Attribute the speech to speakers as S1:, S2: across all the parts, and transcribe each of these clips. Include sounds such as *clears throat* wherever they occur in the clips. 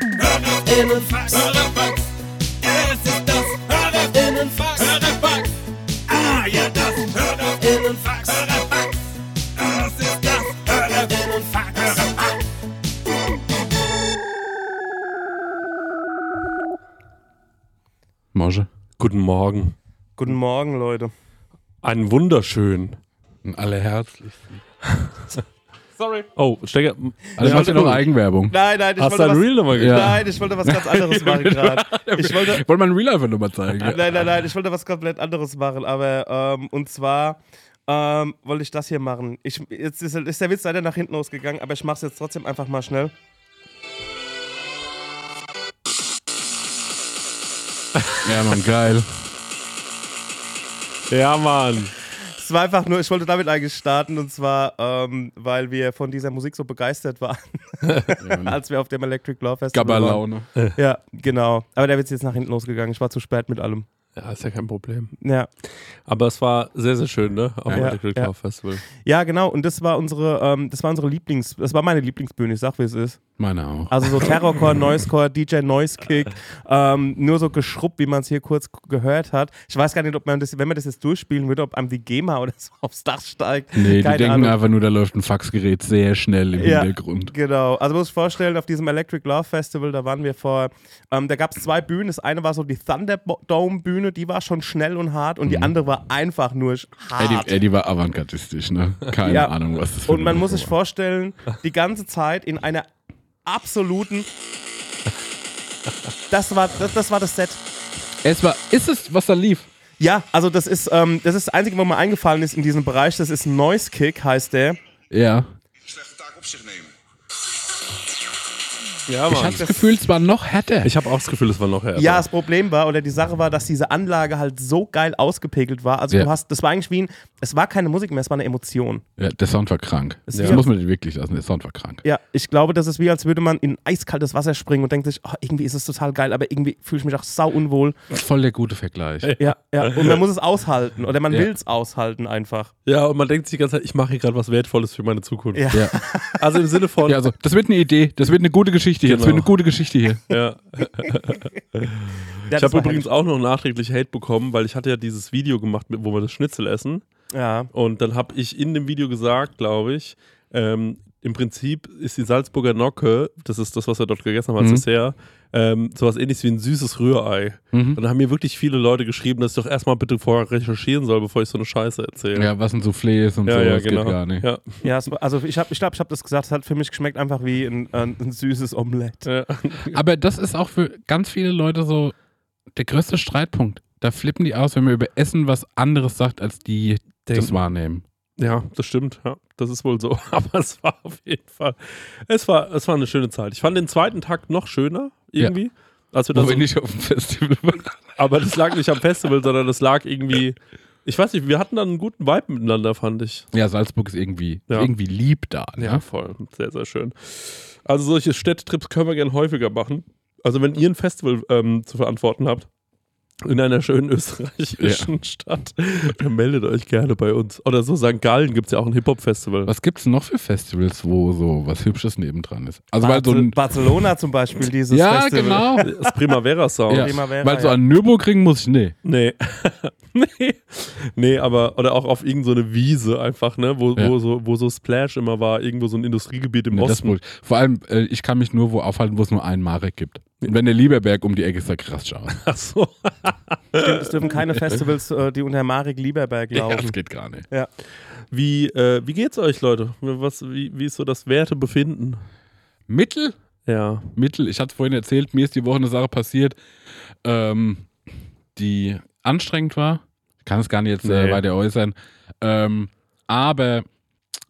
S1: Hörerinnenfax. Hörerfax. Es ist das Hörerinnenfax. Hörerfax. Ah, ja, das Hörerinnenfax. Hörerfax. Es ist das Hörerinnenfax. Hörerfax.
S2: Morge.
S3: Guten Morgen.
S4: Guten Morgen, Leute.
S3: Einen wunderschönen.
S2: Und alle herzlich.
S4: Sorry.
S3: Oh, Stecker.
S2: Also
S3: Ja,
S2: macht ihr noch
S3: Entschuldigung.
S2: Eigenwerbung.
S4: Nein, nein, ich
S3: Hast du
S4: wollte
S3: ein
S4: was,
S3: Real nochmal
S2: Ja.
S3: gemacht?
S4: Nein, ich wollte was
S3: *laughs*
S4: ganz anderes machen gerade. Ich wollte,
S2: Wollen wir ein Real einfach nur mal zeigen? *laughs* ja?
S4: nein, nein, nein, ich wollte was komplett anderes machen, aber ähm, und zwar ähm, wollte ich das hier machen. Ich, jetzt ist, ist der Witz leider nach hinten losgegangen, aber ich mache es jetzt trotzdem einfach mal schnell.
S2: Ja, Mann, geil.
S3: Ja, Mann.
S4: Es war einfach nur, ich wollte damit eigentlich starten und zwar, ähm, weil wir von dieser Musik so
S3: *laughs*
S4: begeistert waren, als wir auf dem Electric Love Festival waren.
S2: Gabberlaune.
S4: Ja, genau. Aber der Witz ist jetzt nach hinten losgegangen. Ich war zu spät mit allem.
S3: Ja, ist ja kein Problem.
S4: Ja.
S3: Aber es war sehr, sehr schön, ne? Auf dem
S4: Ja,
S3: Electric
S4: ja.
S3: Love Festival.
S4: Ja, genau. Und das war unsere, ähm, das war unsere Lieblings, das war meine Lieblingsbühne. Ich sag, wie es ist.
S2: Meine auch.
S4: Also
S2: *laughs*
S4: so Terrorcore, Noisecore, DJ Noise Kick, ähm, nur so geschrubbt, wie man es hier kurz k- gehört hat. Ich weiß gar nicht, ob man das, wenn man das jetzt durchspielen würde, ob einem die GEMA oder so *laughs* aufs Dach steigt.
S2: Nee,
S4: Keine
S2: die denken
S4: Ahnung.
S2: einfach nur, da läuft ein Faxgerät sehr schnell im
S4: Ja.
S2: Hintergrund.
S4: Genau, also muss ich vorstellen, auf diesem Electric Love Festival, da waren wir vor, ähm, da gab es zwei Bühnen. Das eine war so die Thunderdome-Bühne, die war schon schnell und hart und
S2: Mhm.
S4: die andere war einfach nur sch- hart.
S2: Eddie, Eddie war avantgardistisch, ne? Keine
S4: Ja.
S2: Ahnung, was das für
S4: Und
S2: eine
S4: man muss
S2: Mucke
S4: sich
S2: war.
S4: vorstellen, die ganze Zeit in einer absoluten. Das war das, das, war das Set.
S2: Es war, ist es, was da lief?
S4: Ja, also das ist, ähm, das ist das Einzige, was mir eingefallen ist in diesem Bereich. Das ist Noise Kick, heißt der.
S2: Ja.
S5: slechte taak op zich nemen.
S3: Ja,
S2: Ich
S3: Mann.
S2: hatte das Gefühl, es war noch härter.
S3: Ich habe auch das Gefühl, es war noch härter.
S4: Ja, das Problem war, oder die Sache war, dass diese Anlage halt so geil ausgepegelt war. Also
S2: Ja.
S4: du hast, das war eigentlich wie ein, es war keine Musik mehr, es war eine Emotion.
S2: ja, äh, der Sound war krank. Das
S4: wie-
S2: muss man wirklich lassen, der Sound war krank.
S4: Ja, ich glaube, das ist wie, als würde man in eiskaltes Wasser springen und denkt sich, oh, irgendwie ist es total geil, aber irgendwie fühle ich mich auch sau unwohl.
S2: Voll der gute Vergleich.
S4: Ja, ja. Und
S2: *laughs*
S4: man muss es aushalten oder man
S2: Ja.
S4: will's will es aushalten einfach.
S3: ja, und man denkt sich die ganze Zeit, ich mache hier gerade was Wertvolles für meine Zukunft.
S4: Ja.
S2: Ja.
S3: Also im Sinne von.
S2: ja, also, das wird eine Idee, das wird eine gute Geschichte hier, das wird
S3: Genau.
S2: eine gute Geschichte hier.
S3: Ja.
S4: Ja,
S3: Ich habe übrigens auch noch nachträglich Hate bekommen, weil ich hatte ja dieses Video gemacht, mit- wo wir das Schnitzel essen.
S4: Ja.
S3: Und dann habe ich in dem Video gesagt, glaube ich, ähm, im Prinzip ist die Salzburger Nocke, das ist das, was wir dort gegessen haben als
S2: Mhm.
S3: Dessert, ähm, sowas ähnliches wie ein süßes Rührei.
S2: Mhm.
S3: Und da haben mir wirklich viele Leute geschrieben, dass ich doch erstmal bitte vorher recherchieren soll, bevor ich so eine Scheiße erzähle.
S2: Ja, genau. was ein Soufflé ist und so, das geht gar nicht.
S3: Ja.
S4: Ja, es war, also ich habe ich glaub, ich hab das gesagt, es hat für mich geschmeckt einfach wie ein, ein, ein süßes Omelett.
S3: Ja.
S2: Aber das ist auch für ganz viele Leute so der größte Streitpunkt. Da flippen die aus, wenn man über Essen was anderes sagt, als die das
S3: Denken.
S2: wahrnehmen.
S3: ja, das stimmt. Ja, das ist wohl so. *laughs* Aber es war auf jeden Fall, es war, es war eine schöne Zeit. Ich fand den zweiten Tag noch schöner irgendwie. Als wir da
S2: Wo
S3: so
S2: wir nicht auf dem Festival waren.
S3: Aber das lag nicht am Festival, sondern das lag irgendwie. Ich weiß nicht, wir hatten dann einen guten Vibe miteinander, fand ich.
S2: Ja, Salzburg ist irgendwie,
S3: Ja.
S2: irgendwie lieb da. Ne?
S3: voll. Sehr, sehr schön. Also solche Städtetrips können wir gern häufiger machen. Also wenn ihr ein Festival ähm, zu verantworten habt, in einer schönen österreichischen Stadt, dann meldet euch gerne bei uns. Oder so St. Gallen gibt es ja auch ein Hip-Hop-Festival.
S2: Was gibt's denn noch für Festivals, wo so was Hübsches nebendran ist? Also, weil so
S4: Barzel-
S2: ein.
S4: Barcelona zum Beispiel, dieses
S2: Ja,
S4: Festival.
S2: genau.
S3: Das Primavera-Sound.
S2: Ja.
S4: Primavera,
S2: Weil so
S4: ja.
S2: an Nürburgring muss ich, nee.
S3: Nee. *laughs* nee. Nee, aber, oder auch auf irgendeine so eine Wiese einfach, ne? Wo,
S2: Ja.
S3: wo, so, wo so Splash immer war, irgendwo so ein Industriegebiet im
S2: nee das
S3: Osten.
S2: muss, vor allem, äh, ich kann mich nur wo aufhalten, wo es nur einen Marek gibt. Und wenn der Lieberberg um die Ecke ist, da krass schau.
S3: Ach so.
S4: Stimmt, es dürfen keine Festivals, äh, die unter Marek
S2: *laughs*
S4: Lieberberg
S2: Ja,
S4: laufen.
S2: das geht gar nicht.
S4: Ja.
S3: Wie, äh, wie geht's euch, Leute? Was, wie, wie ist so das Wertebefinden?
S2: Mittel?
S3: Ja.
S2: Mittel. Ich hatte es vorhin erzählt, mir ist die Woche eine Sache passiert, ähm, die anstrengend war. Ich kann es gar nicht jetzt äh,
S3: Nee.
S2: weiter äußern. Ähm, aber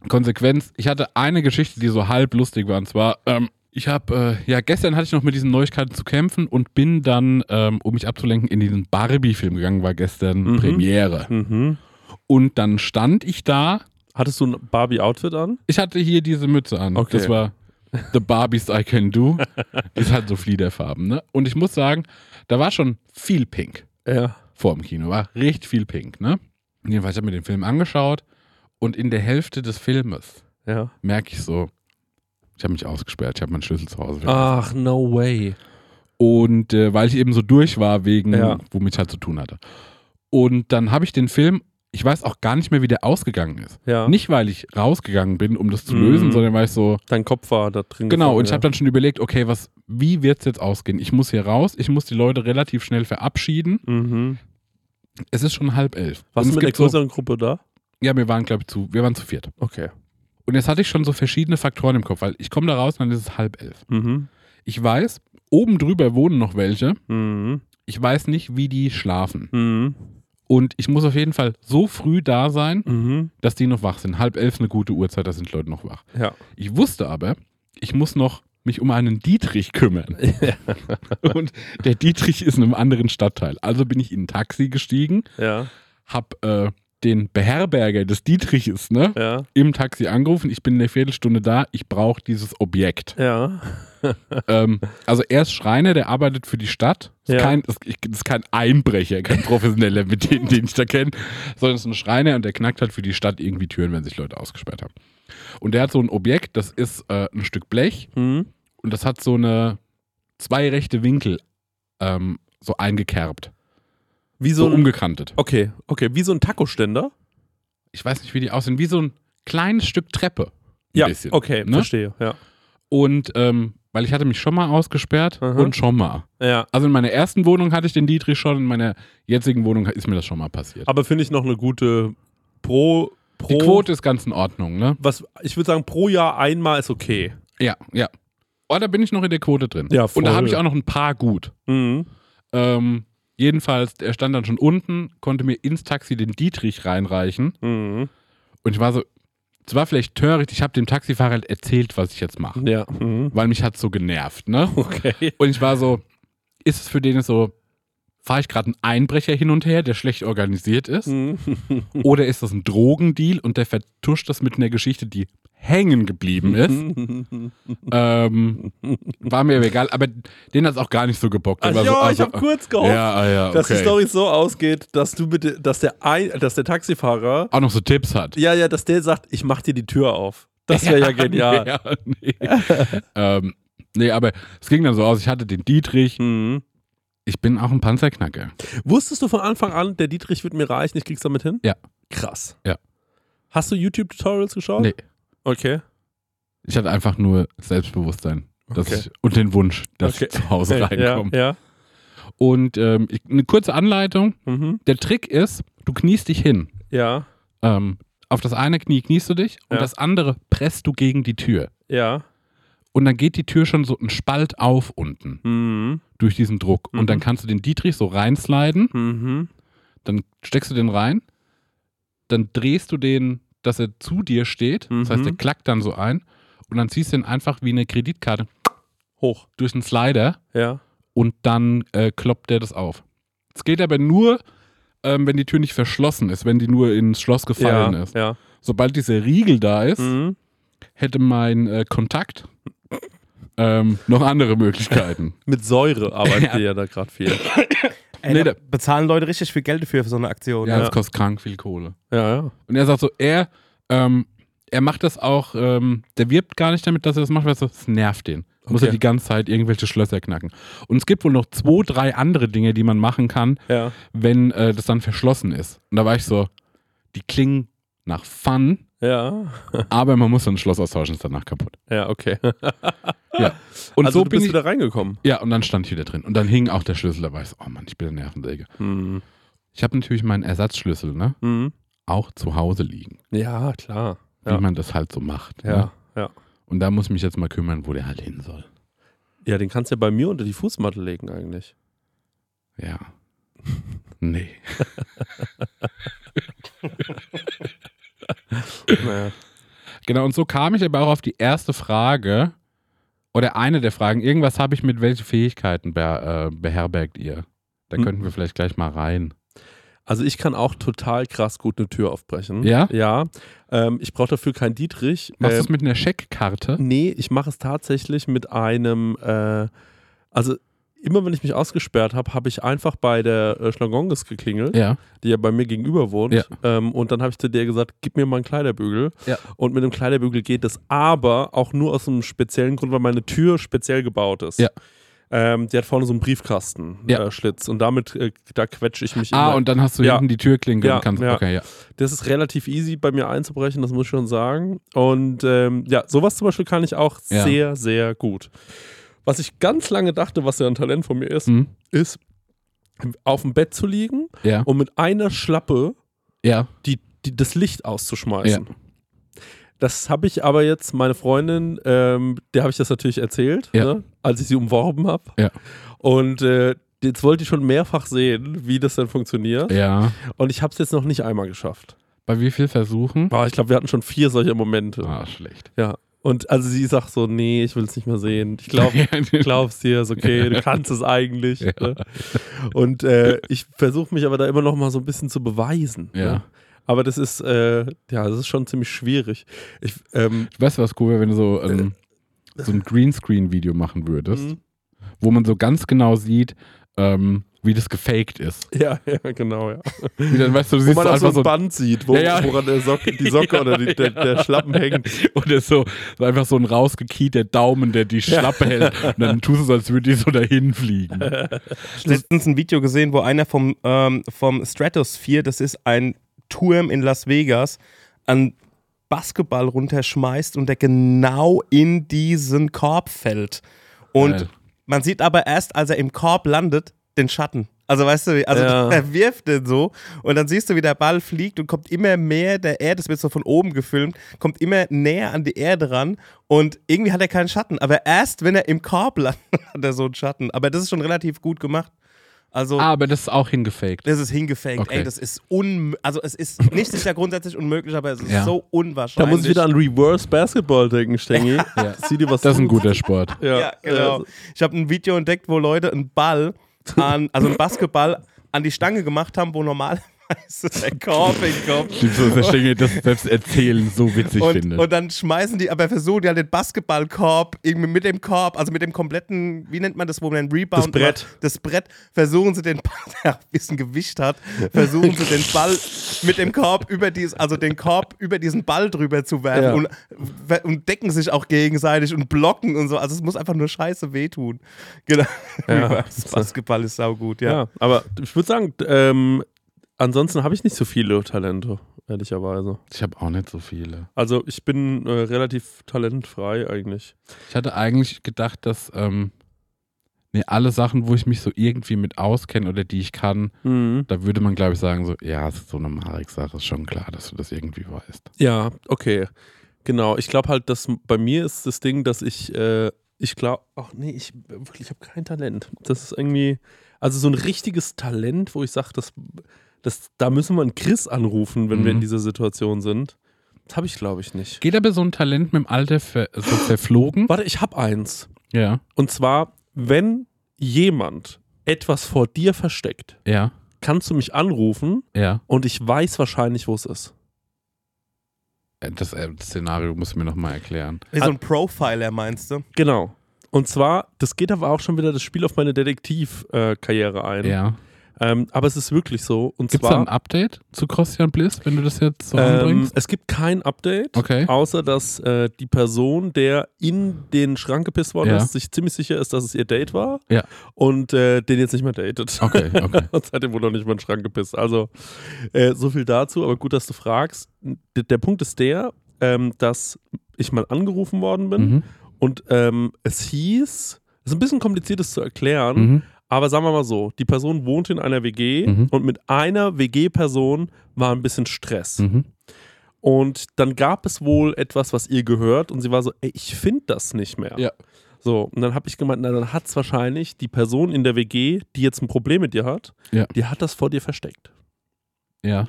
S2: Konsequenz, ich hatte eine Geschichte, die so halb lustig war. Und zwar, ähm, ich habe, äh, ja, gestern hatte ich noch mit diesen Neuigkeiten zu kämpfen und bin dann, ähm, um mich abzulenken, in diesen Barbie-Film gegangen, war gestern
S3: Mhm.
S2: Premiere.
S3: Mhm.
S2: Und dann stand ich da.
S3: Hattest du ein Barbie-Outfit an?
S2: Ich hatte hier diese Mütze an.
S3: Okay.
S2: Das war The Barbies I Can Do. Ist halt so Fliederfarben, ne? Und ich muss sagen, da war schon viel Pink
S3: Ja.
S2: vor dem Kino. War richtig viel Pink, ne? Jedenfalls habe ich mir den Film angeschaut und in der Hälfte des Filmes
S3: Ja.
S2: merke ich so, Ich habe mich ausgesperrt, ich habe meinen Schlüssel zu Hause vergessen.
S3: Ach, no way.
S2: Und äh, weil ich eben so durch war, wegen,
S3: Ja.
S2: womit ich halt zu tun hatte. Und dann habe ich den Film, ich weiß auch gar nicht mehr, wie der ausgegangen ist.
S3: Ja.
S2: Nicht, weil ich rausgegangen bin, um das zu
S3: Ah. Mhm.
S2: lösen, sondern weil ich so,
S3: Dein Kopf war da drin.
S2: Genau,
S3: gefangen,
S2: und ich
S3: ja.
S2: habe dann schon überlegt, okay, was, wie wird es jetzt ausgehen? Ich muss hier raus, ich muss die Leute relativ schnell verabschieden.
S3: Mhm.
S2: Es ist schon halb elf. und
S3: Warst du
S2: es
S3: mit einer
S2: gibt so,
S3: größeren Gruppe da?
S2: ja, wir waren, glaube ich, zu, wir waren zu viert.
S3: Okay.
S2: Und jetzt hatte ich schon so verschiedene Faktoren im Kopf, weil ich komme da raus und dann ist es halb elf.
S3: Mhm.
S2: Ich weiß, oben drüber wohnen noch welche.
S3: Mhm.
S2: Ich weiß nicht, wie die schlafen.
S3: Mhm.
S2: Und ich muss auf jeden Fall so früh da sein,
S3: Mhm.
S2: dass die noch wach sind. Halb elf ist eine gute Uhrzeit, da sind Leute noch wach.
S3: Ja.
S2: Ich wusste aber, ich muss noch mich um einen Dietrich kümmern. *laughs* Und der Dietrich ist in einem anderen Stadtteil. Also bin ich in ein Taxi gestiegen,
S3: Ja.
S2: hab äh, den Beherberger des Dietriches ne,
S3: Ja.
S2: im Taxi angerufen. Ich bin in der Viertelstunde da, ich brauche dieses
S3: *laughs*
S2: Objekt.
S3: Ja.
S2: ähm, also er ist Schreiner, der arbeitet für die Stadt. Ist
S3: Ja.
S2: kein, ist, ich- ist kein Einbrecher, kein Professioneller, mit dem, den ich da kenne, sondern ist ein Schreiner und der knackt halt für die Stadt irgendwie Türen, wenn sich Leute ausgesperrt haben. Und der hat so ein Objekt, das ist äh, ein Stück Blech
S3: Mhm.
S2: und das hat so eine zwei rechte Winkel ähm, so eingekerbt,
S3: Wie
S2: so,
S3: so ein.
S2: umgekantet.
S3: Okay, okay. Wie so ein Taco-Ständer?
S2: Ich weiß nicht, wie die aussehen, wie so ein kleines Stück Treppe. Ein
S3: Ja.
S2: bisschen,
S3: okay,
S2: ne?
S3: verstehe. Ja.
S2: Und ähm, weil ich hatte mich schon mal ausgesperrt
S3: Mhm.
S2: und schon mal.
S3: Ja.
S2: Also in meiner ersten Wohnung hatte ich den Dietrich schon, in meiner jetzigen Wohnung ist mir das schon mal passiert.
S3: Aber finde ich noch eine gute pro pro
S2: Die Quote ist ganz in Ordnung, ne?
S3: Was ich würde sagen pro Jahr einmal ist okay.
S2: Ja, ja. Oh, da bin ich noch in der Quote drin.
S3: Ja,
S2: Und da
S3: voll.
S2: habe ich auch noch ein paar gut.
S3: Mhm.
S2: Ähm, jedenfalls, er stand dann schon unten, konnte mir ins Taxi den Dietrich reinreichen.
S3: Mhm.
S2: Und ich war so, es war vielleicht töricht, ich habe dem Taxifahrer halt erzählt, was ich jetzt mache.
S3: Ja. Mhm.
S2: Weil mich hat so genervt, ne? *laughs*
S3: Okay.
S2: Und ich war so, ist es für den jetzt so, fahre ich gerade einen Einbrecher hin und her, der schlecht organisiert ist?
S3: Mhm.
S2: Oder ist das ein Drogendeal und der vertuscht das mit einer Geschichte, die hängen geblieben
S3: Mhm.
S2: ist? ähm, war mir aber egal, aber den hat es auch gar nicht so gebockt. Der
S3: Ach
S2: war so,
S3: ja, ich
S2: also,
S3: habe kurz
S2: äh,
S3: gehofft,
S2: ja, ah, ja, okay.
S3: dass die Story so ausgeht, dass du bitte, dass der ein, dass der Taxifahrer,
S2: auch noch so Tipps hat.
S3: ja ja, dass der sagt, ich mach dir die Tür auf. Das wäre ja
S2: *laughs*
S3: genial.
S2: ja, nee. ähm, nee, aber es ging dann so aus, ich hatte den Dietrich,
S3: Mhm.
S2: ich bin auch ein Panzerknacker.
S3: Wusstest du von Anfang an, der Dietrich wird mir reichen, ich krieg's damit hin?
S2: Ja.
S3: Krass.
S2: Ja.
S3: Hast du YouTube-Tutorials geschaut?
S2: Nee,
S3: Okay.
S2: ich hatte einfach nur Selbstbewusstsein. Dass
S3: Okay.
S2: ich, und den Wunsch, dass
S3: Okay.
S2: ich zu Hause
S3: ja,
S2: reinkomme.
S3: ja.
S2: Und ähm, ich, eine kurze Anleitung.
S3: Mhm.
S2: Der Trick ist, du kniest dich hin.
S3: Ja.
S2: Ähm, auf das eine Knie kniest du dich und
S3: Ja.
S2: das andere presst du gegen die Tür.
S3: Ja.
S2: Und dann geht die Tür schon so einen Spalt auf unten
S3: Mhm.
S2: durch diesen Druck.
S3: Mhm.
S2: Und dann kannst du den Dietrich so reinsliden,
S3: Mhm.
S2: dann steckst du den rein, dann drehst du den, dass er zu dir steht. Das
S3: Mhm.
S2: heißt, der klackt dann so ein. Und dann ziehst du ihn einfach wie eine Kreditkarte
S3: Hoch.
S2: durch den Slider
S3: Ja.
S2: und dann äh, kloppt der das auf. Es geht aber nur, ähm, wenn die Tür nicht verschlossen ist, wenn die nur ins Schloss gefallen
S3: ja.
S2: ist.
S3: Ja.
S2: Sobald dieser Riegel da ist,
S3: Mhm.
S2: hätte mein äh, Kontakt ähm, noch andere
S3: *laughs*
S2: Möglichkeiten.
S3: Mit Säure arbeitet *laughs* ihr ja da gerade viel.
S4: Ey,
S2: Nee,
S4: da
S2: da-
S4: bezahlen Leute richtig viel Geld dafür für so eine Aktion. ne?
S2: Ja,
S4: Ja.
S2: das kostet krank viel Kohle.
S3: Ja, ja.
S2: Und er sagt so, er, ähm, er macht das auch, ähm, der wirbt gar nicht damit, dass er das macht, weil er so, es nervt den. Muss
S3: Okay.
S2: er die ganze Zeit irgendwelche Schlösser knacken. Und es gibt wohl noch zwei, drei andere Dinge, die man machen kann,
S3: Ja.
S2: wenn äh, das dann verschlossen ist. Und da war ich so, die klingen nach
S3: *laughs*
S2: Fun,
S3: Ja.
S2: aber man muss dann ein Schloss austauschen, ist danach kaputt.
S3: Ja, *laughs* okay.
S2: Ja. Und
S3: also
S2: so
S3: du
S2: bin
S3: bist
S2: ich.
S3: wieder reingekommen.
S2: Ja, und dann stand ich wieder drin. Und dann hing auch der Schlüssel, da war ich so, oh Mann, ich bin eine Nervensäge.
S3: Mhm.
S2: Ich habe natürlich meinen Ersatzschlüssel, ne?
S3: Mhm.
S2: Auch zu Hause liegen.
S3: Ja, klar.
S2: Wie
S3: Ja.
S2: man das halt so macht. Ne?
S3: Ja. ja.
S2: Und da muss ich mich jetzt mal kümmern, wo der halt hin soll.
S3: Ja, den kannst du ja bei mir unter die Fußmatte legen eigentlich. *laughs*
S2: Ja. Nee.
S3: Naja.
S2: Genau, und so kam ich aber auch auf die erste Frage oder eine der Fragen. Irgendwas habe ich mit welche Fähigkeiten be äh, beherbergt ihr? Da
S3: Hm.
S2: könnten wir vielleicht gleich mal rein.
S3: Also ich kann auch total krass gut eine Tür aufbrechen.
S2: Ja?
S3: Ja. Ähm, ich brauche dafür keinen Dietrich.
S2: Machst du
S3: Ähm,
S2: es mit einer Scheckkarte?
S3: Nee, ich mache es tatsächlich mit einem, äh, also immer wenn ich mich ausgesperrt habe, habe ich einfach bei der äh, Schlangonges geklingelt,
S2: Ja.
S3: die ja bei mir gegenüber wohnt.
S2: Ja.
S3: Ähm, und dann habe ich zu der gesagt, gib mir mal einen Kleiderbügel.
S2: Ja.
S3: Und mit dem Kleiderbügel geht das, aber auch nur aus einem speziellen Grund, weil meine Tür speziell gebaut ist.
S2: Ja.
S3: Ähm, die hat vorne so einen Briefkasten,
S2: Ja.
S3: äh, Schlitz. Und damit, äh, da quetsche ich mich
S2: Ah,
S3: immer.
S2: und dann hast du
S3: Ja.
S2: hinten die Türklinke
S3: Ja,
S2: und kannst.
S3: ja.
S2: Okay, ja.
S3: Das ist relativ easy bei mir einzubrechen, das muss ich schon sagen. Und ähm, ja, sowas zum Beispiel kann ich auch
S2: Ja.
S3: sehr, sehr gut. Was ich ganz lange dachte, was ja ein Talent von mir ist,
S2: Mhm.
S3: ist, auf dem Bett zu liegen
S2: Ja.
S3: und mit einer Schlappe
S2: Ja.
S3: die, die, das Licht auszuschmeißen. Das habe ich aber jetzt, meine Freundin, ähm, der habe ich das natürlich erzählt,
S2: Ja.
S3: ne, als ich sie umworben habe.
S2: Ja.
S3: Und äh, jetzt wollte ich schon mehrfach sehen, wie das dann funktioniert.
S2: Ja.
S3: Und ich habe es jetzt noch nicht einmal geschafft.
S2: Bei wie viel Versuchen?
S3: Aber ich glaube, wir hatten schon vier solcher Momente.
S2: Ah, schlecht.
S3: Ja. Und also sie sagt so, nee, ich will es nicht mehr sehen. Ich
S2: *laughs*
S3: glaube, glaubst dir, ist okay, *laughs* du kannst es eigentlich. Ne? Und äh, ich versuche mich aber da immer noch mal so ein bisschen zu beweisen. Ne?
S2: Ja.
S3: Aber das ist, äh, ja, das ist schon ziemlich schwierig. Ich, ähm, *laughs*
S2: Weißt du, was cool wäre, wenn du so, ähm, so ein Greenscreen-Video machen würdest,
S3: Mhm.
S2: wo man so ganz genau sieht, ähm, wie das gefaked ist.
S3: ja, ja, genau, ja.
S2: Wie dann, weißt du, du
S3: Wo
S2: siehst
S3: man
S2: so
S3: auch so
S2: einfach
S3: ein
S2: so,
S3: Band sieht, wo,
S2: Ja, ja.
S3: woran der Socke, die *laughs* Socke oder die, der, der Schlappen hängt.
S2: *laughs* oder so, so einfach so ein rausgekielter Daumen, der die Schlappe hält. Und dann tust du so, als würde die so dahin fliegen.
S4: letztens ein Video gesehen, wo einer vom, ähm, vom Stratosphere, das ist ein Turm in Las Vegas, einen Basketball runterschmeißt und der genau in diesen Korb fällt. Und
S2: Geil.
S4: man sieht aber erst, als er im Korb landet, den Schatten. Also weißt du, wie- also
S3: Ja.
S4: *laughs* er wirft den so und dann siehst du, wie der Ball fliegt und kommt immer mehr der Erde, das wird so von oben gefilmt, kommt immer näher an die Erde ran und irgendwie hat er keinen Schatten. Aber erst, wenn er im Korb *laughs* landet, hat er so einen Schatten. Aber das ist schon relativ gut gemacht. Also
S2: Ah, aber das ist auch hingefaked.
S4: das ist hingefaked.
S2: Okay.
S4: Ey, das ist un... Also es ist, nichts ist ja grundsätzlich unmöglich, aber es ist
S2: Ja.
S4: so
S3: Da
S4: unwahrscheinlich.
S3: muss ich wieder an Reverse Basketball denken, Stengi.
S2: Ja.
S3: Sieh dir was äh,
S2: Das ist ein
S3: tut.
S2: guter Sport.
S4: Ja,
S3: also
S4: genau. Ich habe ein Video entdeckt, wo Leute einen Ball, an, also einen Basketball, an die Stange gemacht haben, wo normalerweise der Korb hinkommt.
S2: Ich liebe so, dass Dinge das selbst erzählen so witzig
S4: Und,
S2: finde.
S4: und dann schmeißen die, aber versuchen die halt den Basketballkorb irgendwie mit dem Korb, also mit dem kompletten, wie nennt man das, wo man den Rebound
S3: Das Brett.
S4: Macht, das Brett, versuchen sie den, Ball, *laughs* der ein bisschen Gewicht hat, versuchen sie den Ball mit dem Korb über dies, also den Korb über diesen Ball drüber zu werfen
S3: Ja.
S4: und, we- und decken sich auch gegenseitig und blocken und so. Also es muss einfach nur scheiße wehtun. Genau.
S3: Ja.
S4: *laughs* Das Basketball ist saugut, ja.
S3: Ja, aber ich würde sagen, ähm, ansonsten habe ich nicht so viele Talente, ehrlicherweise.
S2: ich habe auch nicht so viele.
S3: Also ich bin äh, relativ talentfrei eigentlich.
S2: Ich hatte eigentlich gedacht, dass ähm, nee, alle Sachen, wo ich mich so irgendwie mit auskenne oder die ich kann,
S3: Mhm.
S2: da würde man, glaube ich, sagen, so, ja, es ist so eine Marek-Sache, ist schon klar, dass du das irgendwie weißt.
S3: Ja, okay. Genau. Ich glaube halt, dass m- bei mir ist das Ding, dass ich, äh, ich glaube, ach nee, ich wirklich habe kein Talent. Das ist irgendwie, also so ein richtiges Talent, wo ich sage, das, das, da müssen wir einen Chris anrufen, wenn wir
S2: Mhm.
S3: in dieser Situation sind. Das habe ich, glaube ich, nicht.
S2: Geht aber so ein Talent mit dem Alter ver so verflogen?
S3: Warte, ich habe eins.
S2: Ja,
S3: Und zwar, wenn jemand etwas vor dir versteckt,
S2: ja,
S3: kannst du mich anrufen
S2: ja.
S3: und ich weiß wahrscheinlich, wo es ist.
S2: Äh, Das äh, das Szenario musst du mir nochmal erklären.
S4: Wie so ein Profiler, meinst du?
S3: Genau. Und zwar, das geht aber auch schon wieder das Spiel auf meine Detektivkarriere ein.
S2: Ja.
S3: Ähm, aber es ist wirklich so. Und
S2: Gibt es da ein
S3: zwar,
S2: Update zu Christian Bliss, wenn du das jetzt so
S3: ähm,
S2: anbringst?
S3: es gibt kein Update,
S2: Okay.
S3: außer dass äh, die Person, der in den Schrank gepisst worden
S2: Ja.
S3: ist, sich ziemlich sicher ist, dass es ihr Date war
S2: Ja.
S3: und äh, den jetzt nicht mehr datet. *laughs*
S2: Okay, okay.
S3: Und seitdem wurde auch nicht mal in den Schrank gepisst. Also, äh, so viel dazu, aber gut, dass du fragst. D der Punkt ist der, ähm, dass ich mal angerufen worden bin
S2: Mhm.
S3: und ähm, es hieß, es ist ein bisschen kompliziert, das zu erklären,
S2: Mhm.
S3: aber sagen wir mal so: die Person wohnte in einer WG
S2: Mhm.
S3: und mit einer WG-Person war ein bisschen Stress.
S2: Mhm.
S3: Und dann gab es wohl etwas, was ihr gehört und sie war so: ey, ich finde das nicht mehr.
S2: Ja.
S3: So, und dann habe ich gemeint, na, dann hat es wahrscheinlich die Person in der WG, die jetzt ein Problem mit dir hat,
S2: Ja.
S3: die hat das vor dir versteckt.
S2: Ja.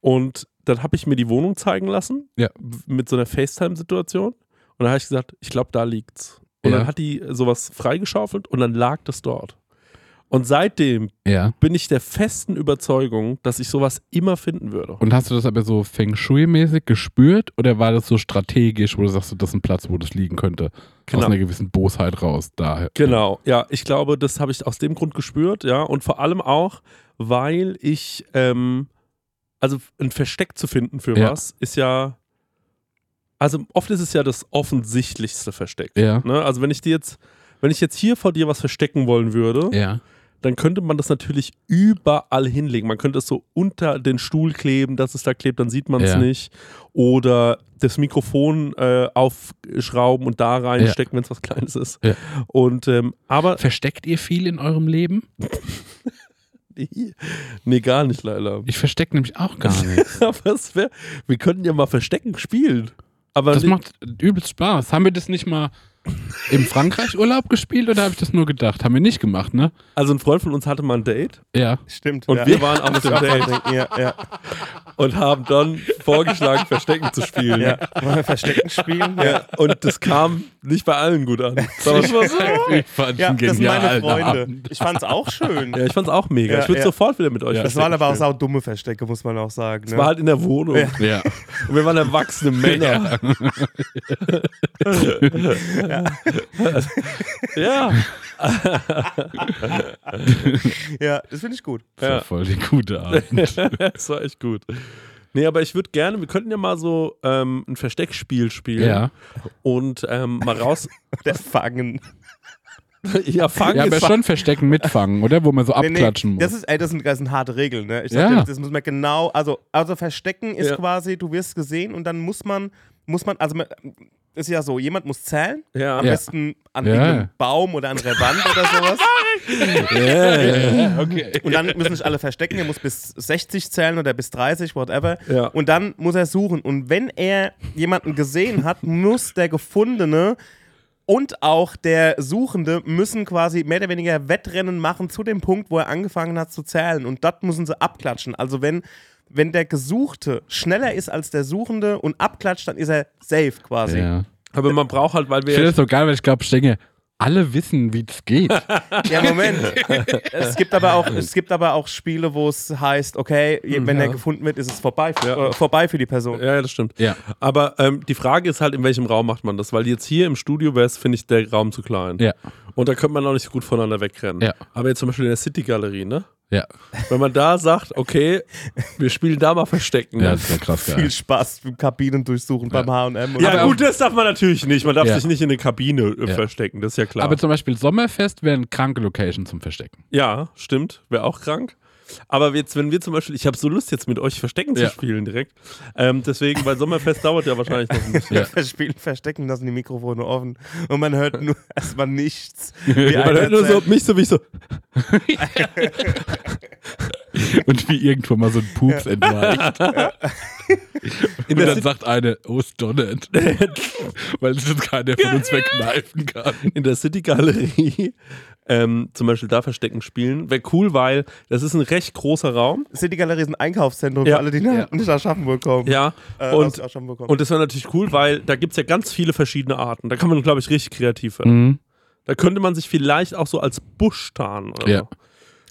S3: Und dann habe ich mir die Wohnung zeigen lassen,
S2: Ja.
S3: w- mit so einer FaceTime-Situation. Und dann habe ich gesagt, ich glaube, da liegt's. Und
S2: Ja.
S3: dann hat die sowas freigeschaufelt und dann lag das dort. Und seitdem
S2: Ja.
S3: bin ich der festen Überzeugung, dass ich sowas immer finden würde.
S2: Und hast du das aber so Feng Shui-mäßig gespürt oder war das so strategisch, wo du sagst, das ist ein Platz, wo das liegen könnte?
S3: Genau.
S2: Aus einer gewissen Bosheit raus. Daher.
S3: Genau, ja, ich glaube, das habe ich aus dem Grund gespürt, ja, und vor allem auch, weil ich, ähm, also ein Versteck zu finden für
S2: Ja.
S3: was ist ja, also oft ist es ja das offensichtlichste Versteck.
S2: Ja.
S3: Ne? Also wenn ich dir jetzt, wenn ich jetzt hier vor dir was verstecken wollen würde,
S2: Ja.
S3: dann könnte man das natürlich überall hinlegen. Man könnte es so unter den Stuhl kleben, dass es da klebt, dann sieht man es
S2: Ja.
S3: nicht. Oder das Mikrofon äh, aufschrauben und da reinstecken, wenn es was Kleines ist.
S2: Ja.
S3: Und ähm, aber *laughs*
S2: Versteckt ihr viel in eurem Leben?
S3: nee, gar nicht leider.
S2: Ich verstecke nämlich auch gar nichts.
S3: *laughs* aber es wär, wir könnten ja mal Verstecken spielen. Aber
S2: Das
S3: nee,
S2: macht übelst Spaß. Haben wir das nicht mal im Frankreich-Urlaub gespielt oder habe ich das nur gedacht? Haben wir nicht gemacht, ne?
S3: also ein Freund von uns hatte mal ein Date
S2: Ja.
S4: Stimmt.
S3: und
S4: ja.
S3: wir waren auf dem Date
S4: ja, ja, ja.
S3: und haben dann vorgeschlagen, Verstecken zu spielen.
S4: Wollen wir Verstecken spielen? Ja.
S3: Und das kam nicht bei allen gut an. Sagen wir's mal so.
S2: *laughs* Ich fand
S4: Ja, das sind meine Freunde.
S2: Abend.
S3: *laughs*
S4: Ich fand's auch schön.
S3: Ja, ich fand's auch mega.
S4: Ja,
S3: ich würde
S4: ja.
S3: sofort wieder mit euch
S2: Ja.
S4: Das
S3: Verstecken
S4: waren aber auch
S3: spielen.
S4: sau dumme Verstecke, muss man auch sagen.
S3: Es
S4: ne?
S3: war halt in der Wohnung.
S4: Ja.
S2: Ja.
S3: Und wir waren erwachsene Männer. Ja.
S4: *laughs* ja, das finde ich gut. *laughs*
S2: Das war
S3: Ja.
S2: voll die gute Abend.
S3: das war echt gut. Nee, aber ich würde gerne, wir könnten ja mal so ähm, ein Versteckspiel spielen
S2: Ja.
S3: und ähm, mal raus. *laughs*
S4: Der Fangen.
S3: ja, fangen
S2: Ja, aber
S3: ist-
S2: schon verstecken, mitfangen, oder? Wo man so
S4: Nee, nee,
S2: abklatschen
S4: Das,
S2: muss.
S4: ist, ey, das, sind, das sind harte Regeln. Ne? Ich
S2: Ja.
S4: sag dir, das muss man genau. Also, also Verstecken ist
S3: Ja.
S4: quasi, du wirst gesehen und dann muss man, muss man, also man, ist ja so, jemand muss zählen,
S3: Ja.
S4: am
S2: Ja.
S4: besten an
S2: Ja.
S4: irgendeinem Baum oder an der Wand oder sowas.
S2: Ja, okay.
S4: *laughs* Und dann müssen sich alle verstecken. Er muss bis 60 zählen oder bis 30, whatever.
S3: Ja.
S4: Und dann muss er suchen. Und wenn er jemanden gesehen hat, muss der Gefundene und auch der Suchende müssen quasi mehr oder weniger Wettrennen machen zu dem Punkt, wo er angefangen hat zu zählen. Und das müssen sie abklatschen. Also wenn, wenn der Gesuchte schneller ist als der Suchende und abklatscht, dann ist er safe quasi.
S2: Ja.
S3: Aber man braucht halt, weil
S2: Ich finde
S3: wir.
S2: das so geil, weil ich glaube, ich denke, alle wissen, wie es *laughs* geht.
S4: Ja, Moment. *laughs* es, gibt aber auch, es gibt aber auch Spiele, wo es heißt, okay, je- wenn
S3: Mhm. ja.
S4: er gefunden wird, ist es vorbei, für,
S3: Ja.
S4: äh, vorbei für die Person.
S3: Ja, ja, das stimmt.
S2: Ja.
S3: Aber ähm, die Frage ist halt, in welchem Raum macht man das? Weil jetzt hier im Studio wäre es, finde ich, der Raum zu klein.
S2: Ja.
S3: Und da könnte man auch nicht so gut voneinander wegrennen.
S2: Ja.
S3: Aber jetzt zum Beispiel in der City-Galerie, ne?
S2: Ja.
S3: Wenn man da sagt, okay, wir spielen da mal Verstecken.
S2: Ja,
S3: ne?
S2: das wäre krass geil.
S4: *laughs* Viel Spaß beim Kabinen durchsuchen beim H&M. und
S3: Ja,
S4: so.
S2: Aber-
S3: gut, das darf man natürlich nicht. Man darf
S2: Ja.
S3: sich nicht in eine Kabine äh,
S2: Ja.
S3: verstecken, das ist ja klar.
S2: Aber zum Beispiel Sommerfest wäre eine kranke Location zum Verstecken. *laughs*
S3: ja, stimmt. Wäre auch krank. Aber jetzt, wenn wir zum Beispiel, ich habe so Lust, jetzt mit euch Verstecken
S2: Ja.
S3: zu spielen direkt. Ähm, deswegen, weil Sommerfest *laughs* dauert ja wahrscheinlich noch ein bisschen.
S2: Ja.
S4: Wir spielen verstecken lassen die Mikrofone offen und man hört nur *laughs*
S3: *laughs*
S4: erstmal nichts.
S3: Man hört nur so, mich so, mich so.
S2: Und wie irgendwo mal so ein Pups
S4: *laughs*
S2: entweicht. Und
S3: der
S2: dann
S3: Sit-
S2: sagt eine, oh, es donnert. *laughs* Weil es jetzt keiner von uns verkneifen kann.
S3: in der City Galerie *laughs* ähm, zum Beispiel da Verstecken spielen. Wäre cool, weil das ist ein recht großer Raum.
S4: City Galerie ist ein Einkaufszentrum
S3: Ja.
S4: für alle, die nach-
S2: Ja.
S4: nicht nach Aschaffenburg kommen.
S3: Ja.
S4: Äh, aus
S3: und,
S4: Aschaffenburg kommen.
S3: und das wäre natürlich cool, weil da gibt es ja ganz viele verschiedene Arten. Da kann man, glaube ich, richtig kreativ werden.
S2: Mhm.
S3: Da könnte man sich vielleicht auch so als Busch tarnen. Oder
S2: Ja.
S3: so.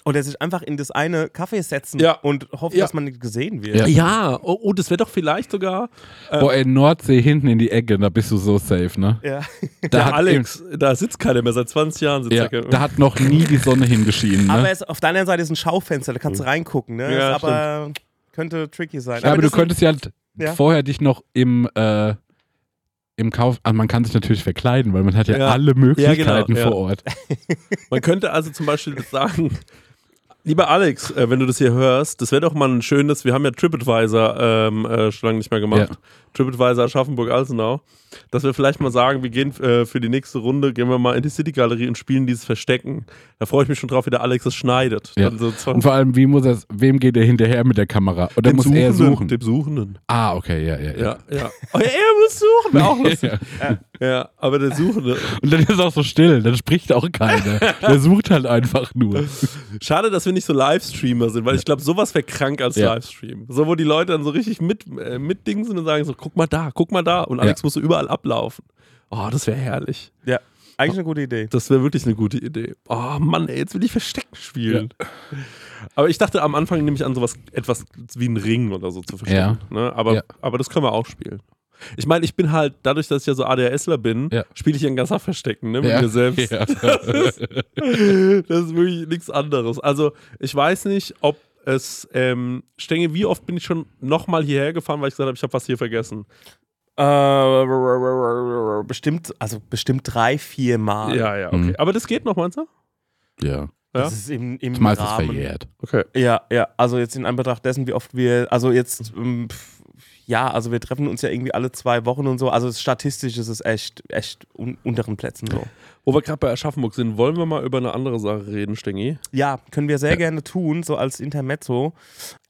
S4: Oder sich einfach in das eine Café setzen
S3: Ja.
S4: und hoffen,
S3: Ja.
S4: dass man nicht gesehen wird.
S2: Ja.
S3: Ja, oh, oh das wäre doch vielleicht sogar
S2: Boah, ey, Nordsee hinten in die Ecke, da bist du so safe, ne?
S4: Ja. *laughs*
S2: Da
S3: der
S2: hat
S3: Alex. Da sitzt keiner mehr, seit 20 Jahren sitzt
S2: Ja,
S3: da keiner
S2: da hat noch nie die Sonne hingeschienen. Ne?
S4: Aber es, auf deiner Seite ist ein Schaufenster, da kannst du reingucken. Ne?
S3: Ja,
S4: ist aber könnte tricky sein.
S2: ja, aber du
S4: das-
S2: könntest ja, halt
S4: Ja.
S2: vorher dich noch im, äh, im Kauf. Ah, man kann sich natürlich verkleiden, weil man hat ja,
S3: Ja. genau,
S2: alle Möglichkeiten
S3: ja.
S2: vor Ort.
S3: Man könnte also zum Beispiel *laughs* sagen, lieber Alex, äh, wenn du das hier hörst, das wäre doch mal ein schönes, wir haben ja TripAdvisor ähm, äh, schon lange nicht mehr gemacht.
S2: Ja.
S3: TripAdvisor Aschaffenburg-Alsenau, dass wir vielleicht mal sagen, wir gehen äh, für die nächste Runde, gehen wir mal in die City-Galerie und spielen dieses Verstecken. Da freue ich mich schon drauf, wie der Alex es schneidet. Also
S2: Ja.
S3: *laughs* Dann so zwei-
S2: Und vor allem, wie muss er, wem geht er hinterher mit der Kamera? Oder
S3: Dem
S2: muss er
S3: Suchenden,
S2: suchen?
S3: Dem Suchenden.
S2: Ah, okay, ja, ja, ja.
S3: Ja, ja. Oh, ja, er muss suchen. Wäre auch
S2: *laughs*
S3: lustig. *laughs*
S2: Ja.
S3: Ja, aber der Suchende.
S2: Und dann ist er auch so still, dann spricht auch keiner. der sucht halt einfach nur.
S3: Schade, dass wir nicht so Livestreamer sind, weil ich glaube, sowas wäre krank als
S2: Ja.
S3: Livestream. So, wo die Leute dann so richtig mit, äh, mitdingsen und sagen so, guck mal da, guck mal da. Und Alex musste überall ablaufen. Oh, das wäre herrlich.
S4: Ja. Eigentlich eine gute Idee.
S3: Das wäre wirklich eine gute Idee. Oh Mann, ey, jetzt will ich Verstecken spielen. Aber ich dachte am Anfang nämlich an sowas etwas wie einen Ring oder so zu verstecken. Ne? Aber,
S2: Ja.
S3: aber das können wir auch spielen. Ich meine, ich bin halt, dadurch, dass ich ja so ADHSler bin,
S2: Ja.
S3: spiele ich ja ein ganzer Verstecken ne, *laughs* mit
S2: Ja.
S3: mir
S2: *laughs*
S3: selbst.
S2: Ja.
S3: das ist wirklich nichts anderes. Also, ich weiß nicht, ob es, ähm, Stenge, wie oft bin ich schon nochmal hierher gefahren, weil ich gesagt habe, ich habe was hier vergessen.
S4: Äh, bestimmt, also bestimmt drei, vier Mal.
S3: Ja, ja, okay.
S2: Mhm.
S3: Aber das geht noch, meinst du?
S2: ja.
S4: Das ist im, im
S2: Das meiste ist
S4: Rahmen.
S2: verjährt.
S3: Okay.
S4: Ja, ja, also jetzt in Anbetracht dessen, wie oft wir, also jetzt, ähm, pf, ja, also wir treffen uns ja irgendwie alle zwei Wochen und so, also statistisch ist es echt, echt un unteren Plätzen so.
S3: Wo wir gerade bei Aschaffenburg sind, wollen wir mal über eine andere Sache reden, Stengi?
S4: Ja, können wir sehr gerne tun, so als Intermezzo.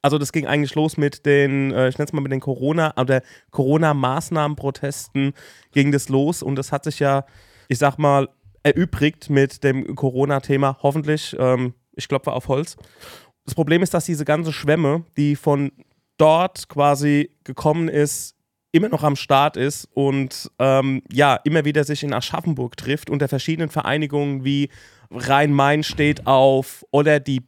S4: Also das ging eigentlich los mit den, äh, ich nenne es mal mit den Corona, oder Corona-Maßnahmen-Protesten ging das los und das hat sich ja, ich sag mal, erübrigt mit dem Corona-Thema, hoffentlich. Ähm, ich klopfe auf Holz. Das Problem ist, dass diese ganze Schwemme, die von dort quasi gekommen ist, immer noch am Start ist und ähm, ja, immer wieder sich in Aschaffenburg trifft unter verschiedenen Vereinigungen wie Rhein-Main steht auf oder die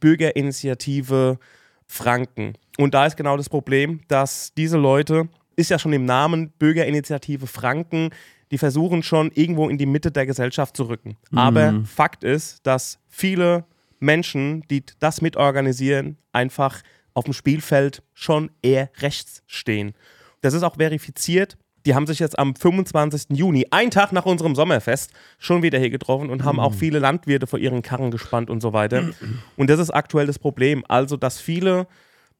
S4: Bürgerinitiative Franken. Und da ist genau das Problem, dass diese Leute, ist ja schon im Namen Bürgerinitiative Franken, die versuchen schon irgendwo in die Mitte der Gesellschaft zu rücken. Aber Fakt ist, dass viele Menschen, die das mitorganisieren, einfach auf dem Spielfeld schon eher rechts stehen. Das ist auch verifiziert. Die haben sich jetzt am 25. Juni, einen Tag nach unserem Sommerfest, schon wieder hier getroffen und haben auch viele Landwirte vor ihren Karren gespannt und so weiter. Und das ist aktuell das Problem. Also, dass viele,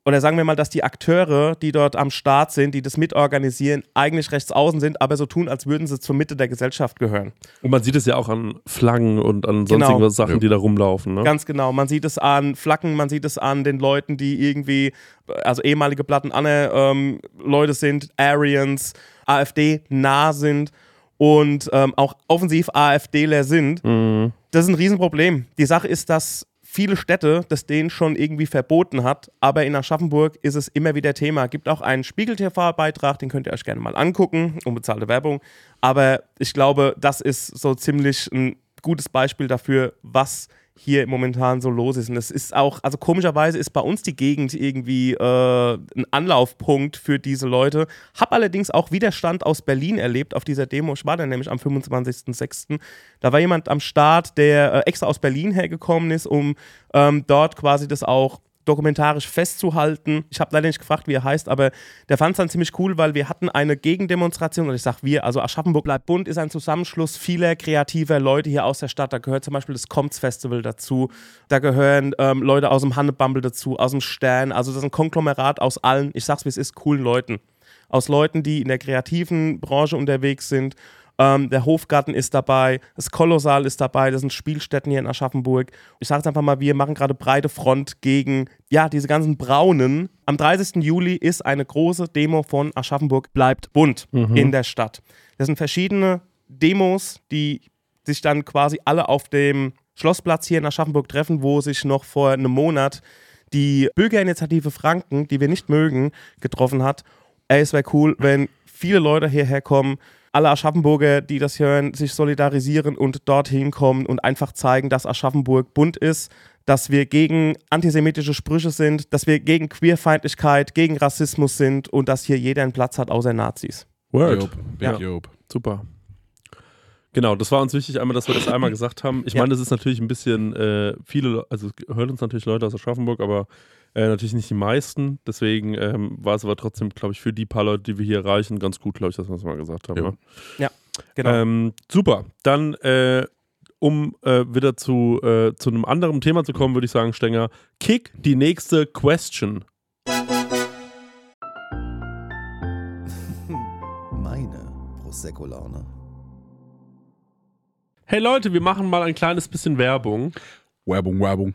S4: oder sagen wir mal, dass die Akteure, die dort am Start sind, die das mitorganisieren, eigentlich rechts außen sind, aber so tun, als würden sie zur Mitte der Gesellschaft gehören.
S3: Und man sieht es ja auch an Flaggen und an
S4: Genau.
S3: sonstigen Sachen, die da rumlaufen. Ne?
S4: Ganz genau. Man sieht es an Flaggen, man sieht es an den Leuten, die irgendwie, also ehemalige Platten Anne ähm, Leute sind, Arians, AfD nah sind und ähm, auch offensiv AfDler sind. Das ist ein Riesenproblem. Die Sache ist, dass viele Städte das denen schon irgendwie verboten hat, aber in Aschaffenburg ist es immer wieder Thema. Gibt auch einen Spiegel-TV-Beitrag, den könnt ihr euch gerne mal angucken, unbezahlte Werbung. Aber ich glaube, das ist so ziemlich ein gutes Beispiel dafür, was hier momentan so los ist. Und es ist auch, also komischerweise ist bei uns die Gegend irgendwie äh, ein Anlaufpunkt für diese Leute. Hab allerdings auch Widerstand aus Berlin erlebt auf dieser Demo. Ich war da nämlich am 25.06. Da war jemand am Start, der äh, extra aus Berlin hergekommen ist, um ähm, dort quasi das auch dokumentarisch festzuhalten. Ich habe leider nicht gefragt, wie er heißt, aber der fand es dann ziemlich cool, weil wir hatten eine Gegendemonstration und ich sag wir, also Aschaffenburg bleibt bunt, ist ein Zusammenschluss vieler kreativer Leute hier aus der Stadt. Da gehört zum Beispiel das Komts Festival dazu, da gehören ähm, Leute aus dem Hannebumble dazu, aus dem Stern, also das ist ein Konglomerat aus allen, ich sag's wie es ist, coolen Leuten. Aus Leuten, die in der kreativen Branche unterwegs sind, ähm, der Hofgarten ist dabei, das Kolossal ist dabei, das sind Spielstätten hier in Aschaffenburg. Ich sage es einfach mal, wir machen gerade breite Front gegen, ja, diese ganzen Braunen. Am 30. Juli ist eine große Demo von Aschaffenburg bleibt bunt in der Stadt. Das sind verschiedene Demos, die sich dann quasi alle auf dem Schlossplatz hier in Aschaffenburg treffen, wo sich noch vor einem Monat die Bürgerinitiative Franken, die wir nicht mögen, getroffen hat. Ey, es wäre cool, wenn viele Leute hierher kommen, alle Aschaffenburger, die das hören, sich solidarisieren und dorthin kommen und einfach zeigen, dass Aschaffenburg bunt ist, dass wir gegen antisemitische Sprüche sind, dass wir gegen Queerfeindlichkeit, gegen Rassismus sind und dass hier jeder einen Platz hat, außer Nazis.
S3: Word.
S2: Job. Big
S3: Ja.
S2: Job.
S3: Super. Genau, das war uns wichtig, einmal, dass wir das *clears throat* einmal gesagt haben. Ich
S4: Ja.
S3: meine, das ist natürlich ein bisschen äh, viele, Le- also es hören uns natürlich Leute aus Aschaffenburg, aber äh, natürlich nicht die meisten. Deswegen ähm, war es aber trotzdem, glaube ich, für die paar Leute, die wir hier erreichen, ganz gut, glaube ich, dass wir das mal gesagt haben.
S2: Jo.
S3: Ne?
S4: Genau.
S3: Ähm, super. Dann, äh, um äh, wieder zu, äh, zu einem anderen Thema zu kommen, würde ich sagen, Stenger, kick die nächste Question.
S6: Meine Prosecco-Laune.
S3: Hey Leute, wir machen mal ein kleines bisschen Werbung.
S2: Werbung, Werbung.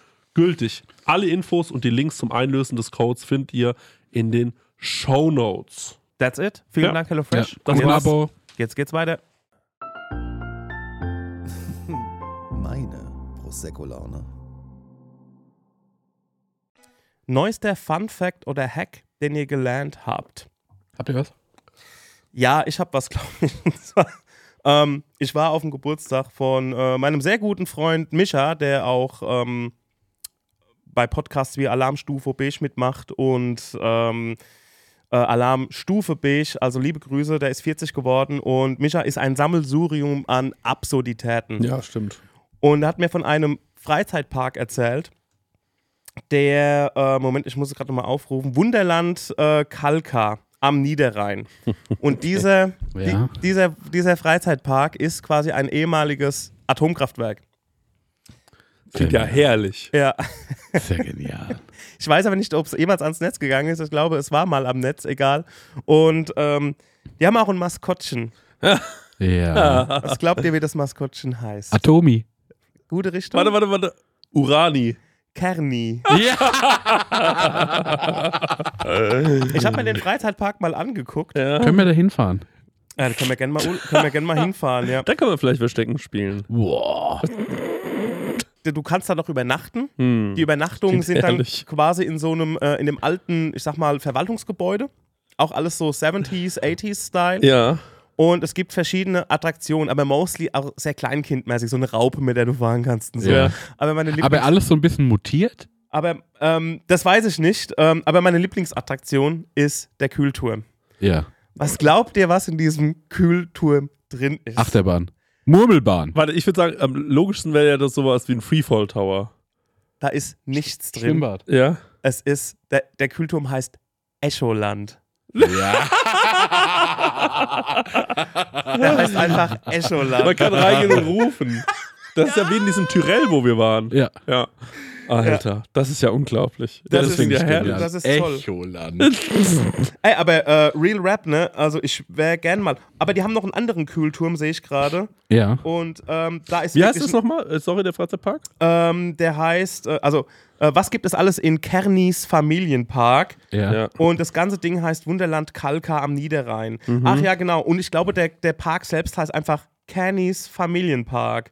S3: gültig. Alle Infos und die Links zum Einlösen des Codes findet ihr in den Show Notes.
S4: That's it. Vielen
S3: Ja.
S4: Dank, HelloFresh.
S2: Ja, das
S4: Und
S2: war
S4: jetzt-
S2: Abo.
S4: Jetzt geht's weiter.
S6: Meine Prosecco-Laune.
S4: Neuester Fun Fact oder Hack, den ihr gelernt habt.
S2: Habt ihr was?
S4: Ja, ich habe was, *laughs* glaube ich. Und zwar, ähm, ich war auf dem Geburtstag von äh, meinem sehr guten Freund Micha, der auch ähm, bei Podcasts wie Alarmstufe Beige mitmacht und ähm, äh, Alarmstufe Beige, also liebe Grüße, der ist 40 geworden und Micha ist ein Sammelsurium an Absurditäten.
S3: Ja, stimmt.
S4: Und er hat mir von einem Freizeitpark erzählt, der, äh, Moment, ich muss es gerade nochmal aufrufen, Wunderland äh, Kalka am
S3: *laughs*
S4: Niederrhein. Und dieser,
S2: Ja.
S4: die, dieser, dieser Freizeitpark ist quasi ein ehemaliges Atomkraftwerk.
S3: Klingt ja herrlich.
S4: Ja.
S2: Sehr genial. *laughs*
S4: Ich weiß aber nicht, ob es jemals ans Netz gegangen ist. Ich glaube, es war mal am Netz, egal. Und ähm, die haben auch ein Maskottchen.
S2: ja.
S4: Was glaubt ihr, wie das Maskottchen heißt?
S2: Atomi.
S4: Gute Richtung?
S3: Warte, warte, warte. Urani.
S4: Kerni.
S2: Ja.
S4: *laughs* Ich habe mir den Freizeitpark mal angeguckt. Ja.
S2: Können wir da hinfahren?
S4: da können wir gerne mal, können wir gern mal hinfahren, ja.
S3: Da kann man vielleicht Verstecken spielen.
S2: Boah.
S4: du kannst da noch übernachten. Die Übernachtungen
S3: Hm. Klingt
S4: sind dann
S3: ehrlich.
S4: quasi in so einem, äh, in dem alten, ich sag mal, Verwaltungsgebäude. Auch alles so 70s, 80s Style.
S3: Ja.
S4: Und es gibt verschiedene Attraktionen, aber mostly auch sehr kleinkindmäßig, so eine Raupe, mit der du fahren kannst. Und so.
S3: Ja.
S4: Aber meine Lieblings
S2: Aber alles so ein bisschen mutiert?
S4: aber ähm, das weiß ich nicht. Ähm, aber meine Lieblingsattraktion ist der Kühlturm.
S2: Ja.
S4: Was glaubt ihr, was in diesem Kühlturm drin ist?
S2: Achterbahn. Murmelbahn.
S3: Warte, ich würde sagen, am logischsten wäre ja das sowas wie ein Freefall Tower.
S4: da ist nichts drin.
S2: Schwimmbad.
S3: Ja.
S4: Es ist, der, der Kühlturm heißt Echoland.
S2: Ja.
S4: Der heißt einfach Echoland.
S3: Man kann reingehen und rufen. Das ist ja wie in diesem Tyrell, wo wir waren.
S2: ja.
S3: Ja. Alter, das ist ja unglaublich.
S4: Das ist
S3: ja
S4: ja
S3: herrlich.
S4: Das ist toll.
S2: Echoland.
S4: *laughs* Ey, aber äh, Real Rap, ne? Also ich wäre gern mal. Aber die haben noch einen anderen Kühlturm, sehe ich gerade.
S2: Ja.
S4: Und ähm, da ist
S3: Wie heißt
S4: wirklich
S3: es nochmal? Äh, Sorry, der Freizeitpark?
S4: Ähm, der heißt, äh, also, äh, was gibt es alles in Kernis Familienpark?
S2: Ja.
S3: Ja.
S4: Und das ganze Ding heißt Wunderland Kalka am Niederrhein.
S2: Mhm.
S4: Ach ja, genau. Und ich glaube, der, der Park selbst heißt einfach Kernis Familienpark.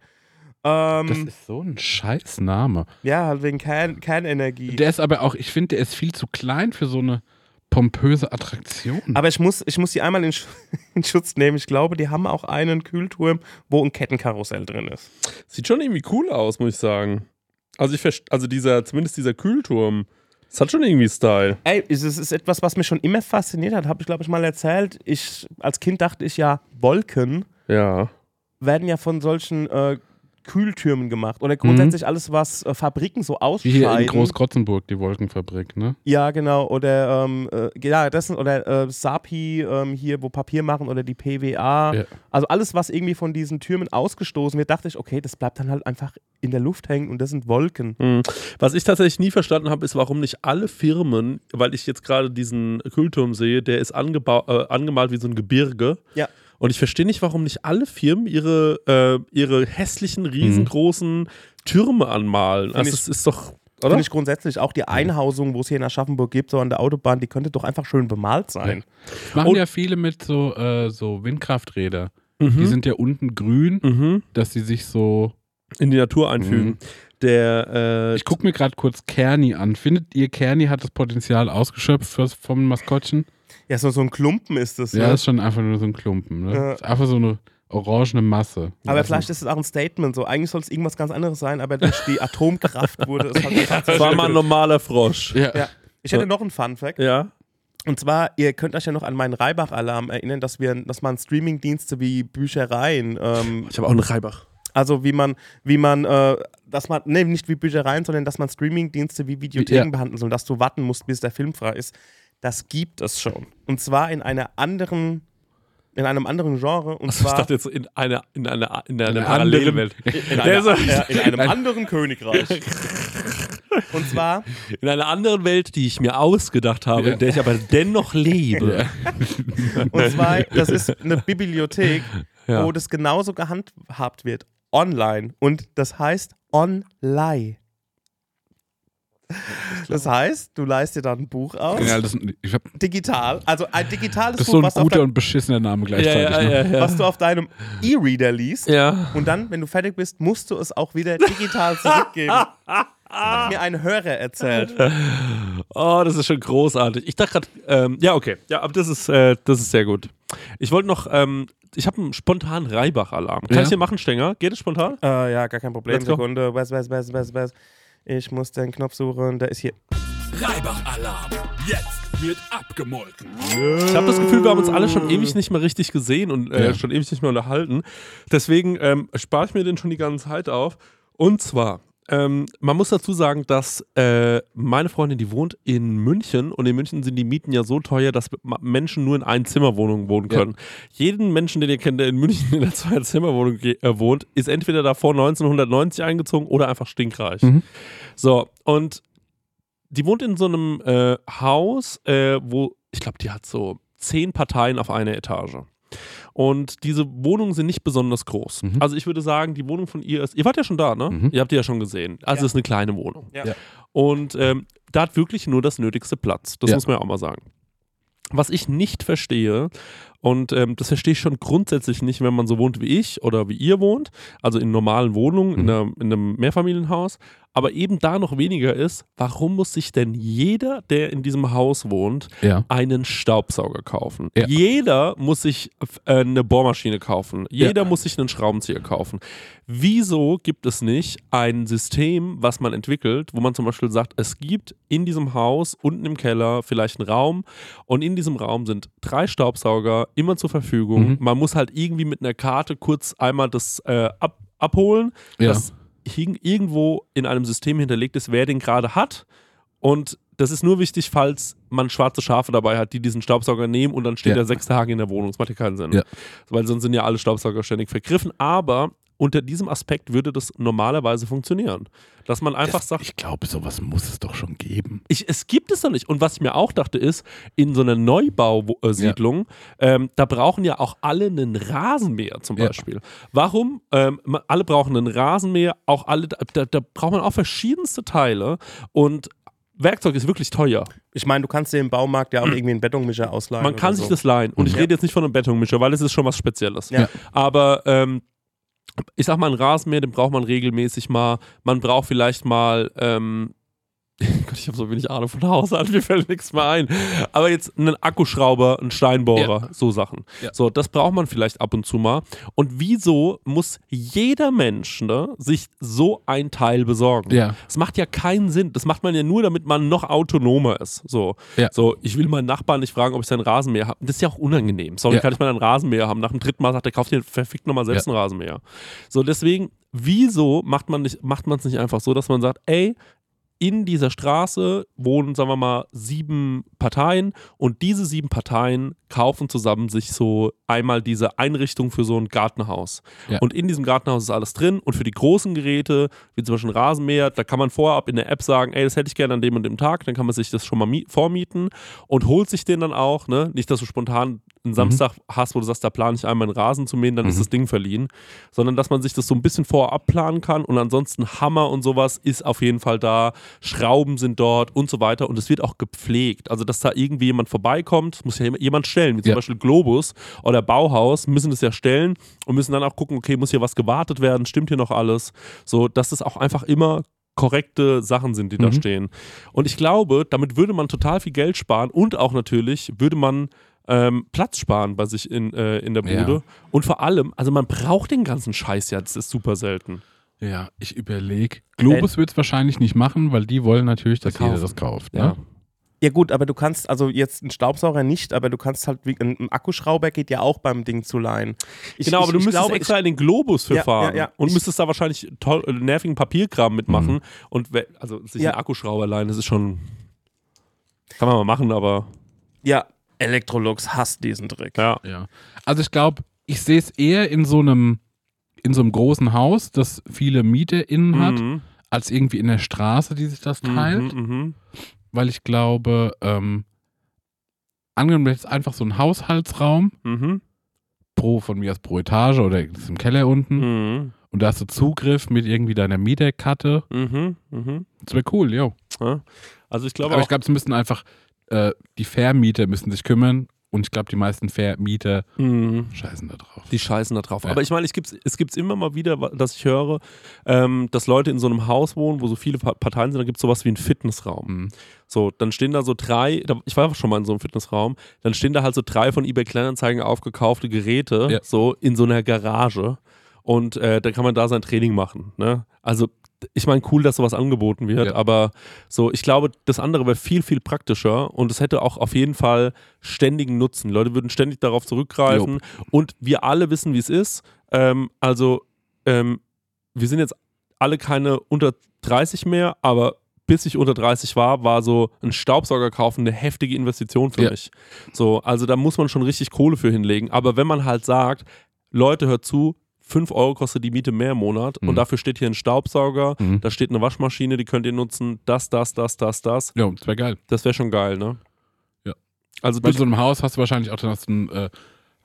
S2: Das
S4: Ähm,
S2: ist so ein scheiß Name.
S4: ja, halt wegen Kern, Kernenergie.
S2: Der ist aber auch, ich finde, der ist viel zu klein für so eine pompöse Attraktion.
S4: Aber ich muss, ich muss die einmal in, Sch *laughs* in Schutz nehmen. Ich glaube, die haben auch einen Kühlturm, wo ein Kettenkarussell drin ist.
S3: Sieht schon irgendwie cool aus, muss ich sagen. Also ich verst- also dieser, zumindest dieser Kühlturm, das hat schon irgendwie Style.
S4: Ey, es ist es ist etwas, was mich schon immer fasziniert hat. Habe ich, glaube ich, mal erzählt. Ich, als Kind dachte ich ja, Wolken
S3: Ja.
S4: werden ja von solchen äh, Kühltürmen gemacht. Oder grundsätzlich alles, was äh, Fabriken so
S2: Mhm. Wie
S4: ausscheiden.
S2: hier in Großkrotzenburg, die Wolkenfabrik, ne?
S4: Ja, genau. Oder ähm, äh, ja, das sind- oder äh, Sapi ähm, hier, wo Papier machen oder die PWA.
S2: Ja.
S4: Also alles, was irgendwie von diesen Türmen ausgestoßen wird, dachte ich, okay, das bleibt dann halt einfach in der Luft hängen und das sind Wolken.
S3: Was ich tatsächlich nie verstanden habe, ist, warum nicht alle Firmen, weil ich jetzt gerade diesen Kühlturm sehe, der ist angeba- äh, angemalt wie so ein Gebirge.
S4: Ja.
S3: Und ich verstehe nicht, warum nicht alle Firmen ihre, äh, ihre hässlichen, riesengroßen Türme anmalen. Also
S4: ich-
S3: es ist doch,
S4: Finde
S3: oder?
S4: ich grundsätzlich auch die Einhausung, wo es hier in Aschaffenburg gibt, so an der Autobahn, die könnte doch einfach schön bemalt sein.
S2: Machen
S3: Und-
S2: ja viele mit so, äh, so Windkrafträder.
S4: Hm?
S2: Die sind ja unten grün,
S3: Mhm.
S2: dass sie sich so.
S3: In die Natur einfügen.
S2: Mhm.
S3: Der, äh,
S2: Ich gucke mir gerade kurz Kerni an. Findet ihr, Kerni hat das Potenzial ausgeschöpft fürs, vom Maskottchen?
S4: Ja, so, so ein Klumpen ist das.
S2: Ja,
S4: ne?
S2: ist schon einfach nur so ein Klumpen. Ne?
S4: Ja.
S2: Ist einfach so eine orangene Masse.
S4: aber vielleicht ist es auch ein Statement so. Eigentlich soll es irgendwas ganz anderes sein, aber durch die Atomkraft wurde es halt
S3: das war mal *laughs* ein normaler Frosch.
S2: Ja.
S4: Ja. Ich hätte noch einen Fun-Fact.
S3: Ja.
S4: Und zwar, ihr könnt euch ja noch an meinen Reibach-Alarm erinnern, dass wir, dass man Streaming-Dienste wie Büchereien, ähm,
S3: Ich habe auch einen Reibach.
S4: also wie man, wie man, äh, dass man, nee, nicht wie Büchereien, sondern dass man Streaming-Dienste wie Videotheken
S2: Ja.
S4: behandeln soll, dass du warten musst, bis der Film frei ist. Das gibt es schon. Und zwar in einer anderen, in einem anderen Genre. Und
S3: Also Ich
S4: zwar
S3: dachte jetzt in einer, in einer, in einer
S2: einer
S3: parallelen Welt.
S4: in,
S3: Der
S4: einer,
S3: so-
S4: ja, in einem
S2: Ein-
S4: anderen Königreich. Und zwar
S3: In einer anderen Welt, die ich mir ausgedacht habe,
S2: Ja.
S3: in der ich aber dennoch lebe.
S4: Und zwar, das ist eine Bibliothek,
S3: Ja.
S4: wo das genauso gehandhabt wird. Online. Und das heißt Online. Das heißt, du leist dir dann ein Buch aus,
S2: Ja, das, ich hab,
S4: digital, also ein digitales
S2: das ist so
S4: Buch,
S2: ein
S4: was, du auf
S2: guter
S4: dein,
S2: und beschissener Name gleichzeitig. ne?
S4: was du auf deinem E-Reader liest.
S3: Ja.
S4: Und dann, wenn du fertig bist, musst du es auch wieder
S2: *laughs*
S4: digital zurückgeben. Das hat mir ein Hörer erzählt.
S3: Oh, das ist schon großartig. Ich dachte gerade, ähm, ja, okay. Ja, aber das ist, äh, das ist sehr gut. Ich wollte noch, ähm, ich habe einen spontanen Reibach-Alarm. Kann
S2: Ja.
S3: ich den machen, Stenger? Geht es spontan?
S4: Äh, ja, gar kein Problem.
S3: Let's go.
S4: Sekunde. Was, was, was, was, was. Ich muss den Knopf suchen. Der ist hier.
S1: Reibach-Alarm. Jetzt wird abgemolken.
S3: Ich habe das Gefühl, wir haben uns alle schon ewig nicht mehr richtig gesehen und äh,
S2: Ja.
S3: schon ewig nicht mehr unterhalten. Deswegen ähm, spare ich mir den schon die ganze Zeit auf. Und zwar, ähm, man muss dazu sagen, dass äh, meine Freundin, die wohnt in München und in München sind die Mieten ja so teuer, dass ma- Menschen nur in Einzimmerwohnungen wohnen
S2: Ja.
S3: können. Jeden Menschen, den ihr kennt, der in München in einer Zweizimmerwohnung ge- äh, wohnt, ist entweder davor 1990 eingezogen oder einfach stinkreich.
S2: Mhm.
S3: So, und die wohnt in so einem äh, Haus, äh, wo ich glaube, die hat so zehn Parteien auf einer Etage. Und diese Wohnungen sind nicht besonders groß.
S2: Mhm.
S3: Also ich würde sagen, die Wohnung von ihr ist, ihr wart ja schon da, ne?
S2: Mhm.
S3: Ihr habt die ja schon gesehen. Also
S4: Ja.
S3: es ist eine kleine Wohnung.
S4: Ja. Ja.
S3: Und ähm, da hat wirklich nur das nötigste Platz. Das
S2: Ja.
S3: muss man ja auch mal sagen. Was ich nicht verstehe, und ähm, das verstehe ich schon grundsätzlich nicht, wenn man so wohnt wie ich oder wie ihr wohnt, also in normalen Wohnungen, in,
S2: Mhm.
S3: einer, in einem Mehrfamilienhaus, aber eben da noch weniger ist, warum muss sich denn jeder, der in diesem Haus wohnt,
S2: Ja.
S3: einen Staubsauger kaufen.
S2: Ja.
S3: Jeder muss sich äh, eine Bohrmaschine kaufen. Jeder muss sich einen Schraubenzieher kaufen. Wieso gibt es nicht ein System, was man entwickelt, wo man zum Beispiel sagt, es gibt in diesem Haus unten im Keller vielleicht einen Raum und in diesem Raum sind drei Staubsauger immer zur Verfügung.
S2: Mhm.
S3: Man muss halt irgendwie mit einer Karte kurz einmal das äh, ab, abholen,
S2: Ja.
S3: das hing- irgendwo in einem System hinterlegt ist, wer den gerade hat. Und Das ist nur wichtig, falls man schwarze Schafe dabei hat, die diesen Staubsauger nehmen und dann steht
S2: Ja.
S3: er sechs Tage in der Wohnung. Das macht ja keinen Sinn.
S2: Ja.
S3: Weil sonst sind ja alle Staubsauger ständig vergriffen. Aber unter diesem Aspekt würde das normalerweise funktionieren. Dass man einfach sagt,
S2: Ich glaube, sowas muss es doch schon geben.
S3: ich, es gibt es doch nicht. Und was ich mir auch dachte, ist, in so einer Neubausiedlung, ähm, da brauchen ja auch alle einen Rasenmäher zum
S2: Ja.
S3: Beispiel. Warum? Ähm, ma- alle brauchen einen Rasenmäher, auch alle, da, da, da braucht man auch verschiedenste Teile und Werkzeug ist wirklich teuer.
S4: Ich meine, du kannst dir im Baumarkt ja auch irgendwie einen Betonmischer ausleihen.
S3: Mhm. Man kann
S4: oder
S3: sich
S4: so.
S3: das leihen. Und ich
S4: Ja.
S3: rede jetzt nicht von einem Betonmischer, weil es ist schon was Spezielles.
S4: Ja.
S3: Aber ähm, ich sag mal, einen Rasenmäher, den braucht man regelmäßig mal. Man braucht vielleicht mal. Ähm, *laughs* Gott, ich habe so wenig Ahnung von Haushalt, *laughs* mir fällt nichts mehr ein. Aber jetzt einen Akkuschrauber, einen Steinbohrer, so Sachen.
S2: Ja.
S3: So, das braucht man vielleicht ab und zu mal. Und wieso muss jeder Mensch ne, sich so ein Teil besorgen?
S2: Ja.
S3: Das macht ja keinen Sinn. Das macht man ja nur, damit man noch autonomer ist. So,
S2: Ja.
S3: so ich will meinen Nachbarn nicht fragen, ob ich seinen Rasenmäher habe. Das ist ja auch unangenehm. Sorry,
S2: Ja.
S3: kann ich mal einen Rasenmäher haben? Nach dem dritten Mal sagt er, kauf dir verfickt nochmal selbst
S2: Ja.
S3: einen Rasenmäher. So, deswegen, wieso macht man nicht, macht man es nicht einfach so, dass man sagt, ey, in dieser Straße wohnen, sagen wir mal, sieben Parteien und diese sieben Parteien kaufen zusammen sich so einmal diese Einrichtung für so ein Gartenhaus.
S2: Ja.
S3: Und in diesem Gartenhaus ist alles drin und für die großen Geräte, wie zum Beispiel ein Rasenmäher, da kann man vorab in der App sagen, ey, das hätte ich gerne an dem und dem Tag, dann kann man sich das schon mal mie- vormieten und holt sich den dann auch, ne? Nicht, dass du spontan
S2: Mhm.
S3: einen Samstag hast, wo du sagst, da plane ich einmal einen Rasen zu mähen, dann ist das Ding verliehen, sondern dass man sich das so ein bisschen vorab planen kann und ansonsten Hammer und sowas ist auf jeden Fall da, Schrauben sind dort und so weiter und es wird auch gepflegt. Also, dass da irgendwie jemand vorbeikommt, muss ja jem- jemand stellen, wie zum
S2: Ja.
S3: Beispiel Globus oder Bauhaus, müssen das ja stellen und müssen dann auch gucken, okay, muss hier was gewartet werden, stimmt hier noch alles, so, dass es auch einfach immer korrekte Sachen sind, die da
S2: Mhm.
S3: stehen. Und ich glaube, damit würde man total viel Geld sparen und auch natürlich würde man ähm, Platz sparen bei sich in, äh, in der
S2: Ja.
S3: Bude. Und vor allem, also man braucht den ganzen Scheiß ja, das ist super selten.
S2: Ja, ich überlege. Globus wird es wahrscheinlich nicht machen, weil die wollen natürlich, dass
S3: Verkaufen.
S2: jeder das kauft.
S3: Ja.
S2: Ne?
S4: Ja gut, aber du kannst, also jetzt einen Staubsauger nicht, aber du kannst halt, wie, ein, ein Akkuschrauber geht ja auch beim Ding zu leihen. Ich-
S3: genau,
S4: ich-
S3: aber du
S4: ich
S3: müsstest
S4: glaube,
S3: extra in den Globus für
S4: Ja, ja,
S3: fahren
S4: ja.
S3: und
S4: Ich- Mhm.
S3: müsstest da wahrscheinlich toll, äh, nervigen Papierkram mitmachen und we- also sich
S4: Ja.
S3: einen Akkuschrauber leihen, das ist schon kann man mal machen, aber
S4: Ich, ja, Electrolux hasst diesen Trick.
S3: ja.
S2: Ja. Also ich glaube, ich sehe es eher in so einem in so einem großen Haus, das viele MieterInnen hat,
S3: Mhm,
S2: als irgendwie in der Straße, die sich das teilt.
S3: mhm, mhm.
S2: Weil ich glaube, ähm, angenommen, du hättest einfach so einen Haushaltsraum
S3: Mhm.
S2: pro von mir aus pro Etage oder das ist im Keller unten
S3: Mhm.
S2: und da hast du Zugriff mit irgendwie deiner Mieterkarte.
S3: Mhm. Mhm.
S2: Das wäre cool, jo.
S3: Ja. Also ich glaube
S2: Aber
S3: auch,
S2: ich glaube, es müssten einfach äh, die Vermieter müssen sich kümmern und ich glaube, die meisten Vermieter
S3: Mhm.
S2: scheißen da drauf.
S3: Die scheißen da drauf.
S2: Ja.
S3: Aber ich meine, es gibt es gibt's immer mal wieder, wa- dass ich höre, ähm, dass Leute in so einem Haus wohnen, wo so viele Pa- Parteien sind, da gibt es sowas wie einen Fitnessraum.
S2: Mhm.
S3: So, dann stehen da so drei, da, ich war schon mal in so einem Fitnessraum, dann stehen da halt so drei von eBay Kleinanzeigen aufgekaufte Geräte,
S2: Ja.
S3: so in so einer Garage. Und äh, dann kann man da sein Training machen. Ne? Also, ich meine, cool, dass sowas angeboten wird,
S2: Ja.
S3: aber so, ich glaube, das andere wäre viel, viel praktischer und es hätte auch auf jeden Fall ständigen Nutzen. Leute würden ständig darauf zurückgreifen und wir alle wissen, wie es ist. Ähm, also, ähm, wir sind jetzt alle keine unter 30 mehr, aber bis ich unter 30 war, war so ein Staubsauger kaufen eine heftige Investition für
S2: Ja.
S3: mich. So, also da muss man schon richtig Kohle für hinlegen. Aber wenn man halt sagt, Leute, hört zu, 5 Euro kostet die Miete mehr im Monat und
S2: Mhm.
S3: dafür steht hier ein Staubsauger,
S2: Mhm.
S3: da steht eine Waschmaschine, die könnt ihr nutzen, das, das, das, das, das.
S2: Jo, das wäre geil.
S3: Das wäre schon geil, ne?
S2: Ja.
S3: Also
S2: Bei
S3: durch,
S2: so einem Haus hast du wahrscheinlich auch dann hast du einen äh,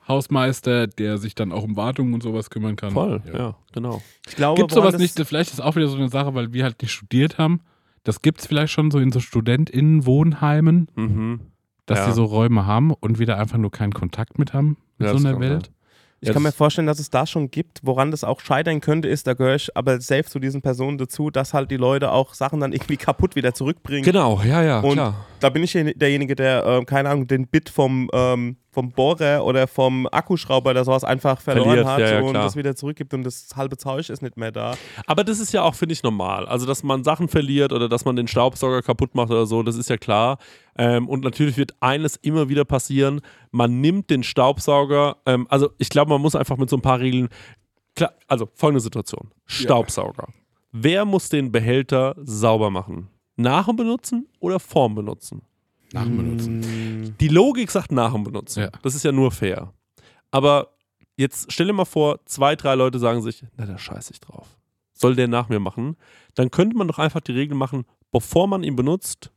S2: Hausmeister, der sich dann auch um Wartung und sowas kümmern kann.
S3: voll, ja, genau.
S4: Ich glaube,
S2: Gibt
S4: woran
S2: sowas
S4: das-
S2: nicht, vielleicht ist auch wieder so eine Sache, weil wir halt nicht studiert haben. Das gibt es vielleicht schon so in so StudentInnen-Wohnheimen,
S3: Mhm.
S2: dass
S3: Ja.
S2: die so Räume haben und wir da einfach nur keinen Kontakt mit haben mit
S3: Ja,
S2: so
S3: das
S2: einer
S3: kann
S2: Welt.
S4: Ich
S3: Ja,
S4: kann mir
S3: das-
S4: vorstellen, dass es da schon gibt, woran das auch scheitern könnte, ist, da gehöre ich aber safe zu diesen Personen dazu, dass halt die Leute auch Sachen dann irgendwie *laughs* kaputt wieder zurückbringen.
S3: Genau, ja, ja,
S4: Und
S3: klar.
S4: da bin ich ja derjenige, der, äh, keine Ahnung, den Bit vom, ähm, vom Bohrer oder vom Akkuschrauber oder sowas einfach verloren
S3: Verliert,
S4: hat
S3: ja, ja,
S4: und
S3: klar.
S4: das wieder zurückgibt und das halbe Zeug ist nicht mehr da.
S3: Aber das ist ja auch, finde ich, normal. Also, dass man Sachen verliert oder dass man den Staubsauger kaputt macht oder so, das ist ja klar. Ähm, und natürlich wird eines immer wieder passieren: man nimmt den Staubsauger. Ähm, also, ich glaube, man muss einfach mit so ein paar Regeln. Klar, also folgende Situation: Staubsauger. Wer muss den Behälter sauber machen? nach dem Benutzen oder vorm Benutzen?
S2: Nach dem Benutzen.
S3: Die Logik sagt nach dem Benutzen.
S2: Ja.
S3: Das ist ja nur fair. Aber jetzt stell dir mal vor, zwei, drei Leute sagen sich, na, da scheiße ich drauf. Soll der nach mir machen? Dann könnte man doch einfach die Regel machen, bevor man ihn benutzt,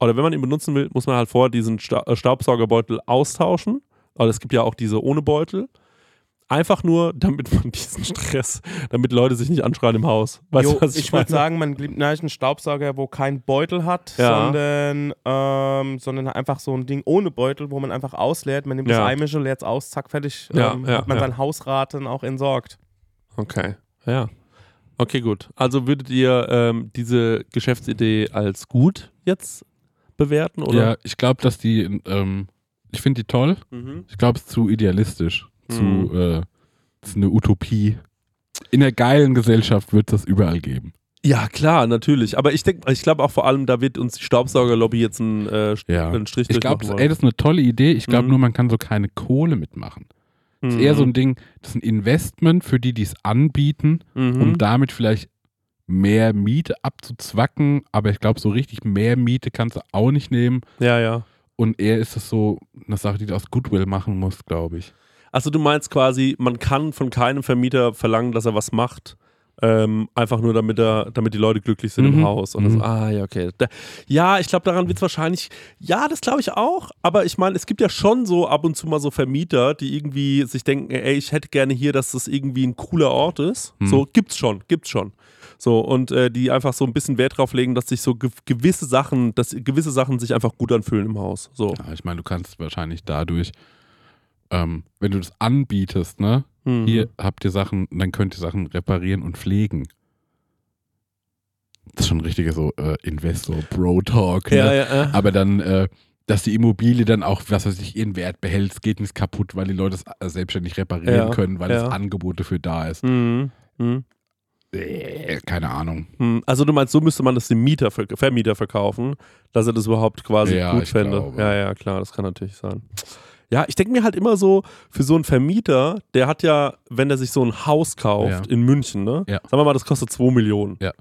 S3: oder wenn man ihn benutzen will, muss man halt vorher diesen Sta äh, Staubsaugerbeutel austauschen. Aber es gibt ja auch diese ohne Beutel. Einfach nur, *laughs* damit man diesen Stress, damit Leute sich nicht anschreien im Haus. Weißt
S4: Jo,
S3: du, was ich,
S4: ich würde
S3: meine?
S4: sagen, man nimmt einen Staubsauger, wo kein Beutel hat,
S3: Ja.
S4: sondern, ähm, sondern einfach so ein Ding ohne Beutel, wo man einfach ausleert. Man nimmt
S3: Ja.
S4: das Heimische, leert es aus, zack, fertig.
S3: Ja,
S4: ähm,
S3: ja,
S4: hat man
S3: ja.
S4: sein Hausraten auch entsorgt.
S3: Okay, ja. Okay, gut. Also würdet ihr ähm, diese Geschäftsidee als gut jetzt bewerten? Oder?
S2: Ja, ich glaube, dass die, ähm, ich finde die toll.
S3: Mhm.
S2: Ich glaube, es ist zu idealistisch.
S3: Mhm.
S2: Zu, äh, es ist eine Utopie. In der geilen Gesellschaft wird es das überall geben.
S3: ja, klar, natürlich. Aber ich denke, ich glaube auch vor allem, da wird uns die Staubsaugerlobby jetzt einen, äh, St-
S2: Ja.
S3: einen Strich
S2: Ich glaube,
S3: durchmachen
S2: ey,
S3: wollen.
S2: das ist eine tolle Idee. Ich glaube
S3: Mhm.
S2: nur, man kann so keine Kohle mitmachen. Das ist
S3: Mhm.
S2: eher so ein Ding, das ist ein Investment für die, die es anbieten,
S3: Mhm.
S2: um damit vielleicht mehr Miete abzuzwacken. Aber ich glaube, so richtig mehr Miete kannst du auch nicht nehmen.
S3: ja, ja.
S2: Und eher ist es so eine Sache, die du aus Goodwill machen musst, glaube ich.
S3: Also du meinst quasi, man kann von keinem Vermieter verlangen, dass er was macht. Ähm, einfach nur damit er, damit die Leute glücklich sind im
S2: Mhm.
S3: Haus. Und
S2: Mhm.
S3: so, ah ja, okay. Da, ja, ich glaube, daran wird es wahrscheinlich, ja, das glaube ich auch, aber ich meine, es gibt ja schon so ab und zu mal so Vermieter, die irgendwie sich denken, ey, ich hätte gerne hier, dass das irgendwie ein cooler Ort ist.
S2: Mhm.
S3: So, gibt's schon, gibt's schon. So, und äh, die einfach so ein bisschen Wert drauf legen, dass sich so ge gewisse Sachen, dass gewisse Sachen sich einfach gut anfühlen im Haus. So.
S2: Ja, ich meine, du kannst wahrscheinlich dadurch, ähm, wenn du das anbietest, ne?
S3: Mhm.
S2: Hier habt ihr Sachen, dann könnt ihr Sachen reparieren und pflegen. Das ist schon ein richtiger so äh, Investor-Bro-Talk. Ne?
S3: Ja, ja, ja.
S2: Aber dann, äh, dass die Immobilie dann auch, was weiß ich, ihren Wert behält, es geht nicht kaputt, weil die Leute es äh, selbstständig reparieren
S3: Ja,
S2: können, weil
S3: ja.
S2: das Angebot dafür da ist.
S3: Mhm. Mhm.
S2: Äh, keine Ahnung.
S3: Hm, Also du meinst, so müsste man das dem Mieter, verk- Vermieter verkaufen, dass er das überhaupt quasi
S2: Ja,
S3: gut
S2: ich
S3: fände.
S2: glaube.
S3: Ja, ja, klar, das kann natürlich sein. Ja, ich denke mir halt immer so, für so einen Vermieter, der hat ja, wenn er sich so ein Haus kauft
S2: Ja.
S3: in München, ne?
S2: Ja.
S3: Sagen wir mal, das kostet 2 Millionen.
S2: Ja.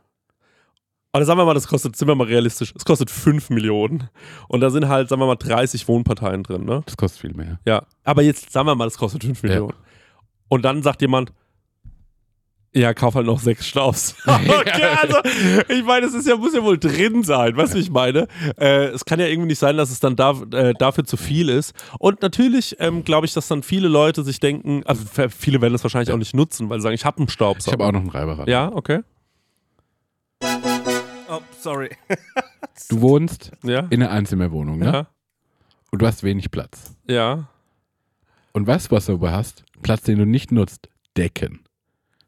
S3: Oder sagen wir mal, das kostet, sind wir mal realistisch, es kostet 5 Millionen. Und da sind halt, sagen wir mal, 30 Wohnparteien drin, ne?
S2: Das kostet viel mehr.
S3: Ja, aber jetzt sagen wir mal, das kostet 5
S2: Ja.
S3: Millionen. Und dann sagt jemand, ja, kauf halt noch
S2: *laughs*
S3: sechs Staubs. *laughs* okay, also, ich meine, es ist ja, muss ja wohl drin sein, weißt du, wie ich meine? Äh, es kann ja irgendwie nicht sein, dass es dann da, äh, dafür zu viel ist. Und natürlich ähm, glaube ich, dass dann viele Leute sich denken, also f- viele werden das wahrscheinlich auch nicht nutzen, weil sie sagen, ich habe einen
S2: Ich
S3: Staubsauger.
S2: habe auch noch einen Reiberrad.
S3: ja, okay.
S4: Oh, sorry.
S2: Du wohnst
S3: Ja.
S2: in einer Einzimmerwohnung, ne?
S3: Ja.
S2: Und du hast wenig Platz.
S3: Ja.
S2: Und weißt du, was du aber hast? Platz, den du nicht nutzt, Decken.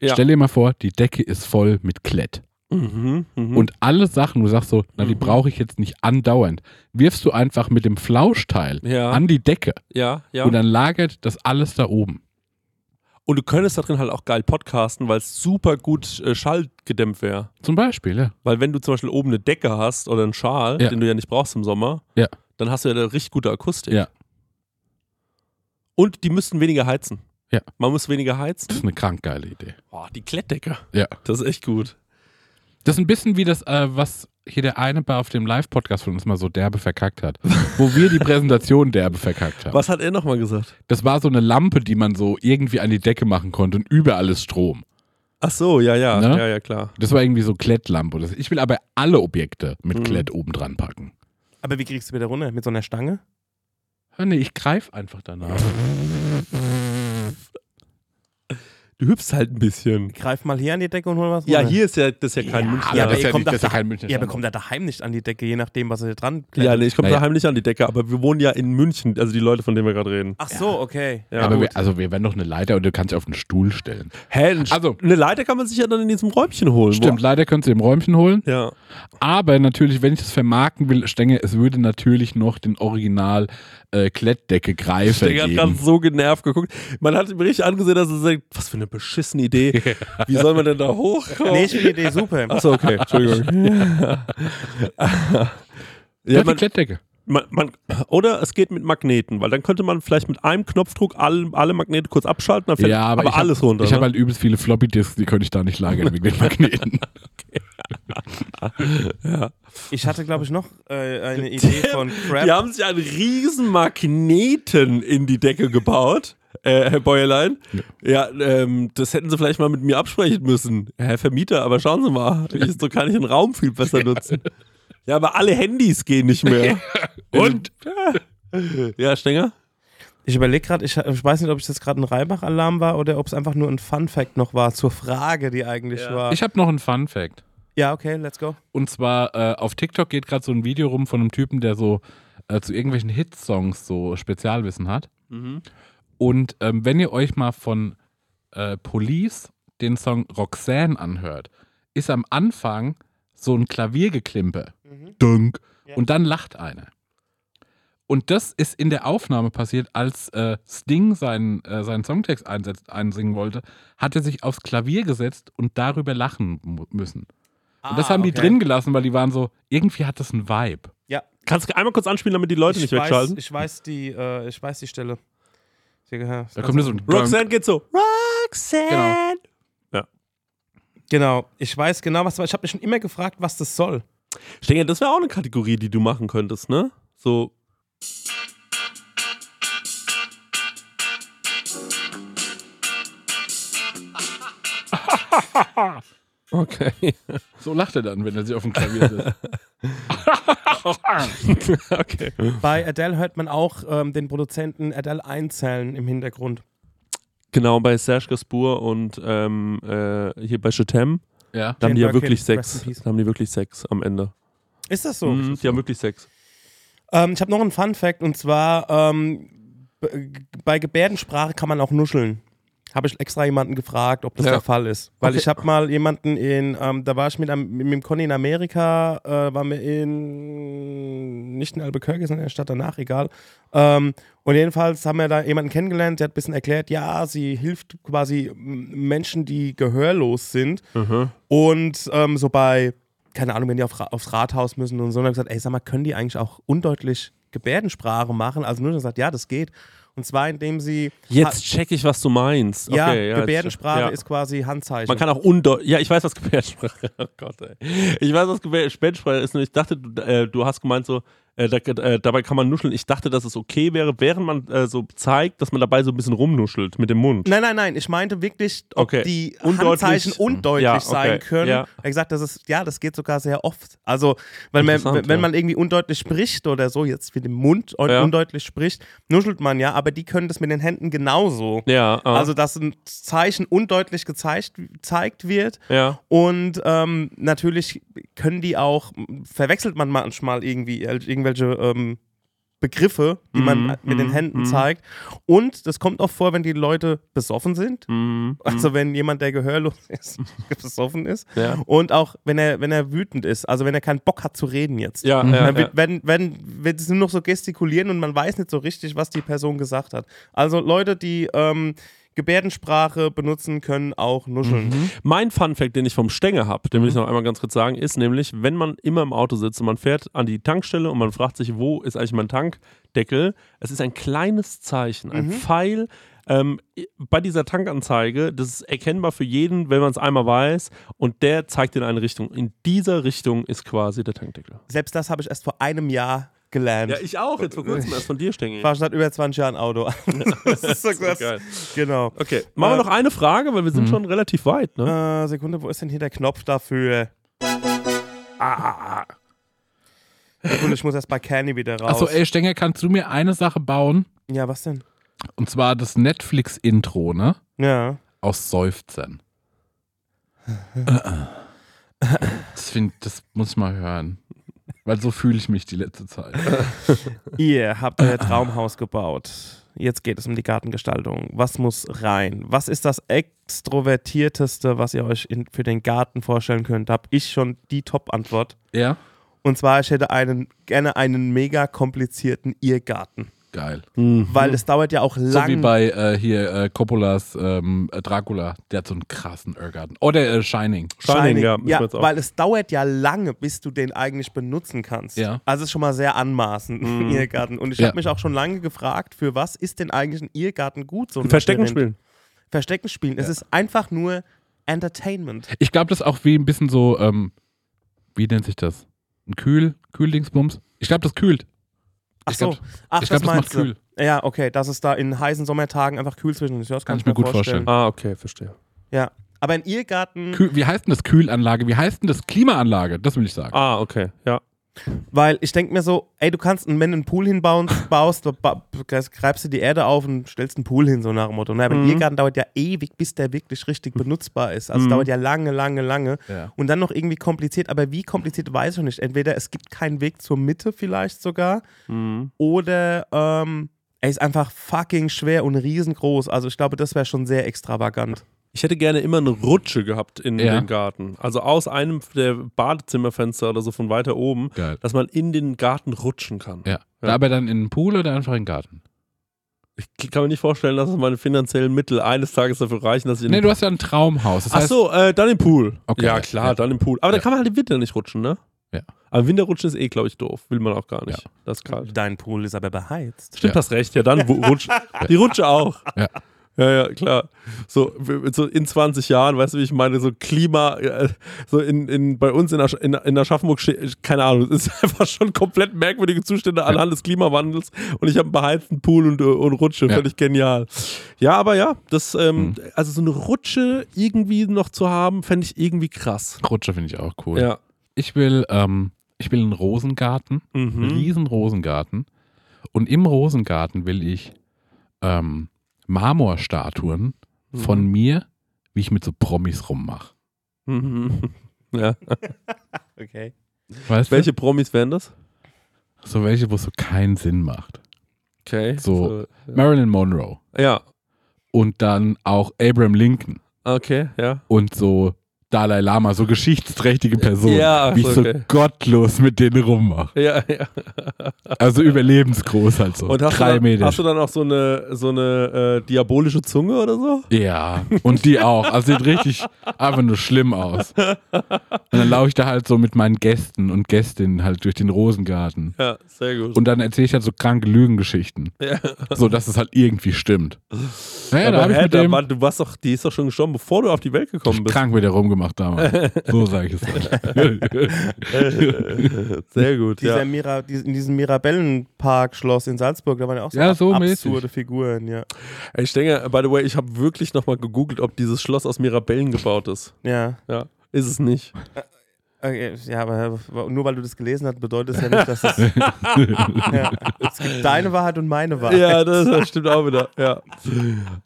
S3: Ja.
S2: Stell dir mal vor, die Decke ist voll mit Klett.
S3: Mhm, mhm.
S2: Und alle Sachen, du sagst so, na, die
S3: Mhm.
S2: brauche ich jetzt nicht andauernd, wirfst du einfach mit dem Flauschteil
S3: Ja.
S2: an die Decke
S3: ja, ja.
S2: und dann lagert das alles da oben.
S3: Und du könntest da drin halt auch geil podcasten, weil es super gut äh, schallgedämmt wäre.
S2: Zum Beispiel, ja.
S3: Weil wenn du zum Beispiel oben eine Decke hast oder einen Schal,
S2: Ja.
S3: den du ja nicht brauchst im Sommer,
S2: Ja.
S3: dann hast du ja eine richtig gute Akustik.
S2: Ja.
S3: Und die müssten weniger heizen.
S2: Ja.
S3: Man muss weniger heizen.
S2: Das ist eine krank geile Idee.
S3: Boah, die Klettdecke.
S2: Ja.
S3: Das ist echt gut.
S2: Das ist ein bisschen wie das, äh, was hier der eine bei auf dem Live-Podcast von uns mal so derbe verkackt
S3: *laughs*
S2: hat. wo wir die Präsentation derbe verkackt haben.
S3: Was hat er nochmal gesagt?
S2: Das war so eine Lampe, die man so irgendwie an die Decke machen konnte und überall ist Strom.
S3: Ach so, ja, ja.
S2: Ne?
S3: Ja, ja, klar.
S2: Das war irgendwie so Klettlampe. oder so. Ich will aber alle Objekte mit Klett oben dran packen.
S4: Aber wie kriegst du wieder runter? Mit so einer Stange?
S2: Hör, nee, ich greife einfach danach.
S3: Du hüpfst halt ein bisschen.
S4: Greif mal hier an die Decke und hol was
S3: Ja,
S4: runter.
S3: hier ist ja, das ist ja kein Münchner.
S4: Ja,
S2: Ja,
S4: aber
S2: das ist
S4: ihr
S2: ja
S4: kommt
S2: nicht- das ist ja
S4: doch da-
S2: kein Münchner
S4: Ihr
S2: Standard.
S4: bekommt da daheim nicht an die Decke, je nachdem, was ihr dran
S3: ja, nee, ich komme
S2: Naja.
S3: daheim nicht an die Decke, aber wir wohnen ja in München, also die Leute, von denen wir gerade reden.
S4: Ach so, okay.
S3: Ja.
S2: aber wir, also wir werden doch eine Leiter und du kannst dich auf einen Stuhl stellen.
S3: Hä, ein-
S2: Also-
S3: eine Leiter kann man sich ja dann in diesem Räumchen holen.
S2: Stimmt, Leiter könntest du im Räumchen holen.
S3: Wo, ja.
S2: Aber natürlich, wenn ich das vermarkten will, Stenge, es würde natürlich noch den Original äh, Klettdecke greifen.
S3: Digga hat gerade
S2: Geben.
S3: so genervt geguckt. Man hat ihm richtig angesehen, dass er sagt, was für eine beschissene Idee. Wie soll man denn da hochkommen?
S4: Nee, ich finde die Idee super.
S3: *laughs* Achso, okay, Entschuldigung. Ja,
S2: Ja, die
S3: man,
S2: Klettdecke.
S3: man, man, oder es geht mit Magneten, weil dann könnte man vielleicht mit einem Knopfdruck alle, alle Magnete kurz abschalten, dann fällt
S2: ja, aber, ich hab-
S3: alles runter.
S2: Ich habe
S3: ne?
S2: halt übelst viele Floppy-Disks, die könnte ich da nicht lagern wegen den Magneten.
S4: Ich hatte, glaube ich, noch äh, eine Idee von Crap.
S3: Die haben sich einen riesen Magneten in die Decke gebaut, äh, Herr Bäuerlein. Ja, ähm, das hätten Sie vielleicht mal mit mir absprechen müssen, Herr Vermieter. Aber schauen Sie mal, ich, so kann ich den Raum viel besser nutzen. Ja, aber alle Handys gehen nicht mehr. Und? Ja, Stenger?
S4: Ich überlege gerade, ich, ich weiß nicht, ob ich das gerade ein Reibach-Alarm war oder ob es einfach nur ein Fun-Fact noch war zur Frage, die eigentlich war.
S2: Ich habe noch einen Fun-Fact.
S4: ja, okay, let's go.
S2: Und zwar äh, auf TikTok geht gerade so ein Video rum von einem Typen, der so äh, zu irgendwelchen Hitsongs so Spezialwissen hat. Und ähm, wenn ihr euch mal von äh, Police den Song Roxanne anhört, ist am Anfang so ein Klaviergeklimpe. Dunk. Und dann lacht einer. Und das ist in der Aufnahme passiert, als äh, Sting seinen, äh, seinen Songtext einsetzt, einsingen wollte, hat er sich aufs Klavier gesetzt und darüber lachen mu- müssen. Und das
S4: Ah,
S2: haben die
S4: okay.
S2: drin gelassen, weil die waren so, irgendwie hat das einen Vibe.
S4: Ja,
S3: Kannst du einmal kurz anspielen, damit die Leute
S4: ich
S3: nicht
S4: weiß,
S3: wegschalten?
S4: ich weiß die, äh, ich weiß die Stelle.
S2: Da kommt nur so ein
S3: Roxanne geht so. Roxanne!
S2: Genau.
S4: Genau, ich weiß genau, was war. Ich habe mich schon immer gefragt, was das soll.
S3: Stenger, das wäre auch eine Kategorie, die du machen könntest, ne? So.
S4: *laughs*
S3: Okay.
S2: So lacht er dann, wenn er sich auf dem Klavier
S4: *laughs*
S2: sitzt.
S3: okay.
S4: Bei Adele hört man auch ähm, den Produzenten Adele einzählen im Hintergrund.
S3: Genau, bei Serge Gaspur und ähm, äh, hier bei Chetem,
S2: ja.
S3: da haben die ja
S4: Jane Birkin,
S3: wirklich
S4: rest
S3: Sex.
S4: in peace.
S3: Da haben die wirklich Sex am Ende.
S4: Ist das so?
S3: Mhm, die haben wirklich Sex.
S4: Ähm, ich habe noch einen Fun Fact und zwar ähm, b- bei Gebärdensprache kann man auch nuscheln. Habe ich extra jemanden gefragt, ob das
S3: Ja.
S4: der Fall ist. Weil
S3: Okay.
S4: ich habe mal jemanden in, ähm, da war ich mit, einem- mit dem Conny in Amerika, äh, waren wir in, nicht in Albuquerque, sondern in der Stadt danach, egal. Ähm, und jedenfalls haben wir da jemanden kennengelernt, der hat ein bisschen erklärt, ja, sie hilft quasi m, Menschen, die gehörlos sind.
S3: Mhm.
S4: Und ähm, so bei, keine Ahnung, wenn die auf, Ra- aufs Rathaus müssen und so, dann hab ich gesagt, ey, sag mal, können die eigentlich auch undeutlich Gebärdensprache machen? Also nur gesagt, ja, das geht. Und zwar, indem sie.
S3: Jetzt check ich, was du meinst.
S4: Ha- ja,
S3: okay, jetzt check-
S4: Gebärdensprache
S3: ja.
S4: ist quasi Handzeichen.
S3: Man kann auch undeutlich. Ja, ich weiß, was Gebärdensprache *laughs* Oh Gott, ey. Ich weiß, was Gebär- Gebärdensprache ist. Und ich dachte, du, äh, du hast gemeint, so, äh, da, äh, dabei kann man nuscheln. Ich dachte, dass es okay wäre, während man äh, so zeigt, dass man dabei so ein bisschen rumnuschelt mit dem Mund.
S4: Nein, nein, nein. Ich meinte wirklich, ob
S3: Okay.
S4: die
S3: Undeutlich.
S4: Handzeichen undeutlich
S3: Ja, okay.
S4: sein können.
S3: Ja.
S4: Er hat gesagt, das ist, ja, das geht sogar sehr oft. Also, wenn man,
S3: Interessant,
S4: wenn wenn
S3: ja.
S4: man irgendwie undeutlich spricht oder so, jetzt mit dem Mund un-
S3: Ja.
S4: undeutlich spricht, nuschelt man ja, aber die können das mit den Händen genauso.
S3: Ja, ah,
S4: Also, dass ein Zeichen undeutlich gezeigt, gezeigt wird.
S3: ja.
S4: Und ähm, natürlich können die auch, verwechselt man manchmal irgendwie äh, irgendwelche ähm, Begriffe, die man
S3: Mhm,
S4: äh, mit den Händen zeigt. Und das kommt auch vor, wenn die Leute besoffen sind.
S3: Mhm.
S4: Also wenn jemand, der gehörlos
S3: *laughs*
S4: *laughs* ist, besoffen ist.
S3: Ja.
S4: Und auch wenn er, wenn er wütend ist, also wenn er keinen Bock hat zu reden jetzt.
S3: Ja, ja,
S4: Dann
S3: ja.
S4: wird, wenn, wenn, wird es nur noch so gestikulieren und man weiß nicht so richtig, was die Person gesagt hat. Also Leute, die ähm, Gebärdensprache benutzen, können auch nuscheln.
S3: Mhm. Mein Funfact, den ich vom Stänger habe, den will ich noch einmal ganz kurz sagen, ist nämlich, wenn man immer im Auto sitzt und man fährt an die Tankstelle und man fragt sich, wo ist eigentlich mein Tankdeckel? Es ist ein kleines Zeichen, ein Pfeil. Ähm, bei dieser Tankanzeige, das ist erkennbar für jeden, wenn man es einmal weiß, und der zeigt in eine Richtung. In dieser Richtung ist quasi der Tankdeckel.
S4: Selbst das habe ich erst vor einem Jahr gelernt.
S3: ich auch, jetzt vor kurzem erst von dir, Stänger.
S4: war schon seit über 20 Jahren Auto. *laughs* das ist so krass.
S3: geil.
S4: Genau.
S3: Okay, machen wir noch eine Frage, weil wir sind schon relativ weit, ne?
S4: Äh, Sekunde, wo ist denn hier der Knopf dafür? Ah. Sekunde, ich muss erst bei Candy wieder raus.
S2: Achso, ey, Stenger, kannst du mir eine Sache bauen?
S4: Ja, was denn?
S2: Und zwar das Netflix-Intro, ne?
S4: Ja.
S2: Aus
S4: *laughs*
S2: Seufzern. das, find, das muss ich mal hören. Weil so fühle ich mich die letzte Zeit.
S4: *laughs* Ihr habt euer Traumhaus gebaut. Jetzt geht es um die Gartengestaltung. Was muss rein? Was ist das extrovertierteste, was ihr euch in, für den Garten vorstellen könnt? Da habe ich schon die Top-Antwort.
S2: ja?
S4: Und zwar, ich hätte einen, gerne einen mega komplizierten Irrgarten.
S2: Geil.
S4: weil das dauert ja auch
S2: Mhm. So wie
S4: lang.
S2: bei äh, hier äh, Coppolas ähm, äh, Dracula, der hat so einen krassen Irrgarten. Oder äh, Shining.
S3: Shining, ja, müssen wir jetzt auch.
S4: weil es dauert ja lange, bis du den eigentlich benutzen kannst.
S2: Ja. Mhm.
S4: Also es ist schon mal sehr anmaßend, ein *laughs* Irrgarten. Und ich
S2: Ja.
S4: habe mich auch schon lange gefragt, für was ist denn eigentlich ein Irrgarten gut? So ein
S3: Verstecken
S4: Experiment.
S3: spielen.
S4: Verstecken spielen. Es ist einfach nur Entertainment.
S2: Ich glaube, das ist auch wie ein bisschen so, ähm, wie nennt sich das? Ein Kühl, Kühldingsbums? Ich glaube, das kühlt.
S4: Ach
S2: Ich
S4: so.
S2: glaub-
S4: Ach,
S2: ich glaub, das macht
S4: meinst du.
S2: kühl.
S4: Ja, okay, dass es da in heißen Sommertagen einfach kühl zwischen ist. Ja, das
S2: Kann
S4: kann,
S2: ich mir gut vorstellen.
S3: Ah, okay, verstehe.
S4: Ja, aber ein Irrgarten,
S2: Kühl, wie heißt denn das Kühlanlage? Wie heißt denn das Klimaanlage? Das will ich sagen.
S3: Ah, okay, ja.
S4: weil ich denke mir so, ey, du kannst einen, wenn du einen Pool hinbauen, baust, du ba- greifst dir die Erde auf und stellst einen Pool hin, so nach dem Motto. Ne? Aber ein Irrgarten dauert ja ewig, bis der wirklich richtig benutzbar ist. Also dauert ja lange, lange, lange.
S2: Ja.
S4: Und dann noch irgendwie kompliziert, aber wie kompliziert, weiß ich nicht. Entweder es gibt keinen Weg zur Mitte vielleicht sogar oder ähm, er ist einfach fucking schwer und riesengroß. Also ich glaube, das wäre schon sehr extravagant.
S3: Ich hätte gerne immer eine Rutsche gehabt in
S2: Ja.
S3: den Garten. Also aus einem der Badezimmerfenster oder so von weiter oben,
S2: Geil.
S3: dass man in den Garten rutschen kann.
S2: ja. Aber dann in den Pool oder einfach in den Garten?
S3: Ich kann mir nicht vorstellen, dass meine finanziellen Mittel eines Tages dafür reichen, dass ich in
S2: Nee, du hast ja ein Traumhaus. Das
S3: Ach
S2: heißt,
S3: so, äh, dann im Pool.
S2: Okay.
S3: ja, klar,
S2: Ja.
S3: dann im Pool. Aber
S2: Ja.
S3: da kann man halt im Winter nicht rutschen, ne?
S2: Ja.
S3: Aber im Winter rutschen ist eh, glaube ich, doof. Will man auch gar nicht.
S2: Ja.
S3: Das ist kalt.
S4: Dein Pool ist aber beheizt.
S3: Stimmt,
S2: Ja.
S3: hast recht. Ja, dann wo- rutsch. Die Rutsche auch.
S2: Ja.
S3: Ja, ja, klar. So, w- so in 20 Jahren, weißt du, wie ich meine, so Klima, äh, so in, in, bei uns in, Asch in, in Aschaffenburg, sche- keine Ahnung, es ist *laughs* einfach schon komplett merkwürdige Zustände anhand des Klimawandels und ich habe einen beheizten Pool und, äh, und Rutsche,
S2: Ja. Mhm.
S3: völlig genial. Ja, aber ja, das, ähm, also so eine Rutsche irgendwie noch zu haben, fände ich irgendwie krass.
S2: Rutsche finde ich auch cool.
S3: Ja.
S2: Ich will, ähm, ich will einen Rosengarten, einen
S3: Mhm.
S2: riesen Rosengarten. Und im Rosengarten will ich ähm, Marmorstatuen von mir, wie ich mit so Promis rummache.
S3: Mhm. *laughs* Ja.
S4: Okay.
S2: Weißt
S3: Welche Promis wären das?
S2: du? So welche, wo es so keinen Sinn macht.
S3: Okay.
S2: So. Marilyn Monroe
S3: Ja,
S2: und dann auch Abraham Lincoln
S3: okay, ja.
S2: und so Dalai Lama, so geschichtsträchtige Personen,
S3: Ja, ach
S2: wie ich
S3: so,
S2: so
S3: okay.
S2: gottlos mit denen rummache.
S3: Ja, ja.
S2: Also überlebensgroß halt so.
S3: Und hast,
S2: Drei
S3: du dann,
S2: Meter.
S3: hast du dann auch so eine, so eine äh, diabolische Zunge oder so?
S2: Ja, und die auch. Also sieht richtig einfach nur schlimm aus. Und dann laufe ich da halt so mit meinen Gästen und Gästinnen halt durch den Rosengarten.
S3: Ja, sehr gut.
S2: Und dann erzähle ich halt so kranke Lügengeschichten.
S3: Ja.
S2: So dass es halt irgendwie stimmt. Naja, da
S3: Aber
S2: habe ich
S3: hä,
S2: mit
S3: da
S2: dem
S3: war, du warst doch, die ist doch schon gestorben, bevor du auf die Welt gekommen bist.
S2: krank wieder rumgemacht
S3: *laughs*
S2: damals. So sage ich es.
S3: Äh, Sehr gut,
S4: Dieser
S3: ja.
S4: Mira, dies- in diesem Mirabellenpark-Schloss in Salzburg, da waren ja auch so,
S2: Ja,
S4: ab-
S2: so mäßig.
S4: absurde Figuren, ja.
S3: Ich denke, by the way, ich habe wirklich nochmal gegoogelt, ob dieses Schloss aus Mirabellen gebaut ist.
S4: Ja.
S3: Ja, ist es nicht.
S4: Okay, ja, aber nur weil du das gelesen hast, bedeutet es ja nicht, dass
S3: *laughs*
S4: es. ja. Es gibt deine Wahrheit und meine Wahrheit.
S3: Ja, das, das stimmt auch wieder. Ja.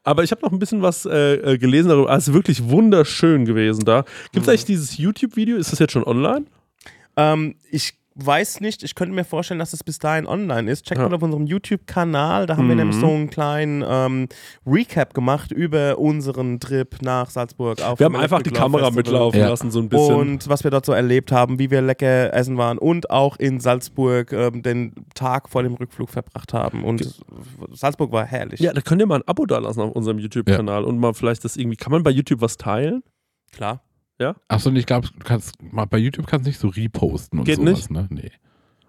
S3: Aber ich habe noch ein bisschen was äh, äh, gelesen darüber. Ah, Es ist wirklich wunderschön gewesen da. Gibt es eigentlich dieses YouTube-Video? Ist das jetzt schon online?
S4: Ähm, ich weiß nicht, ich könnte mir vorstellen, dass es bis dahin online ist. Checkt
S3: Ja. Mhm.
S4: mal auf unserem YouTube-Kanal, da haben wir nämlich so einen kleinen ähm, Recap gemacht über unseren Trip nach Salzburg. Auf
S3: Wir haben
S4: dem
S3: einfach die
S4: Electric Love
S3: Kamera
S4: Festival.
S3: mitlaufen
S2: Ja.
S3: lassen, so ein bisschen.
S4: Und was wir dort so erlebt haben, wie wir lecker essen waren und auch in Salzburg ähm, den Tag vor dem Rückflug verbracht haben. Und Salzburg war herrlich.
S3: Ja, da könnt ihr mal ein Abo dalassen auf unserem YouTube-Kanal und mal vielleicht das irgendwie. Kann man bei YouTube was teilen?
S4: klar.
S2: Achso, und ich glaube, du kannst mal bei YouTube kannst du nicht so reposten und
S3: Geht
S2: sowas, ne? Nee.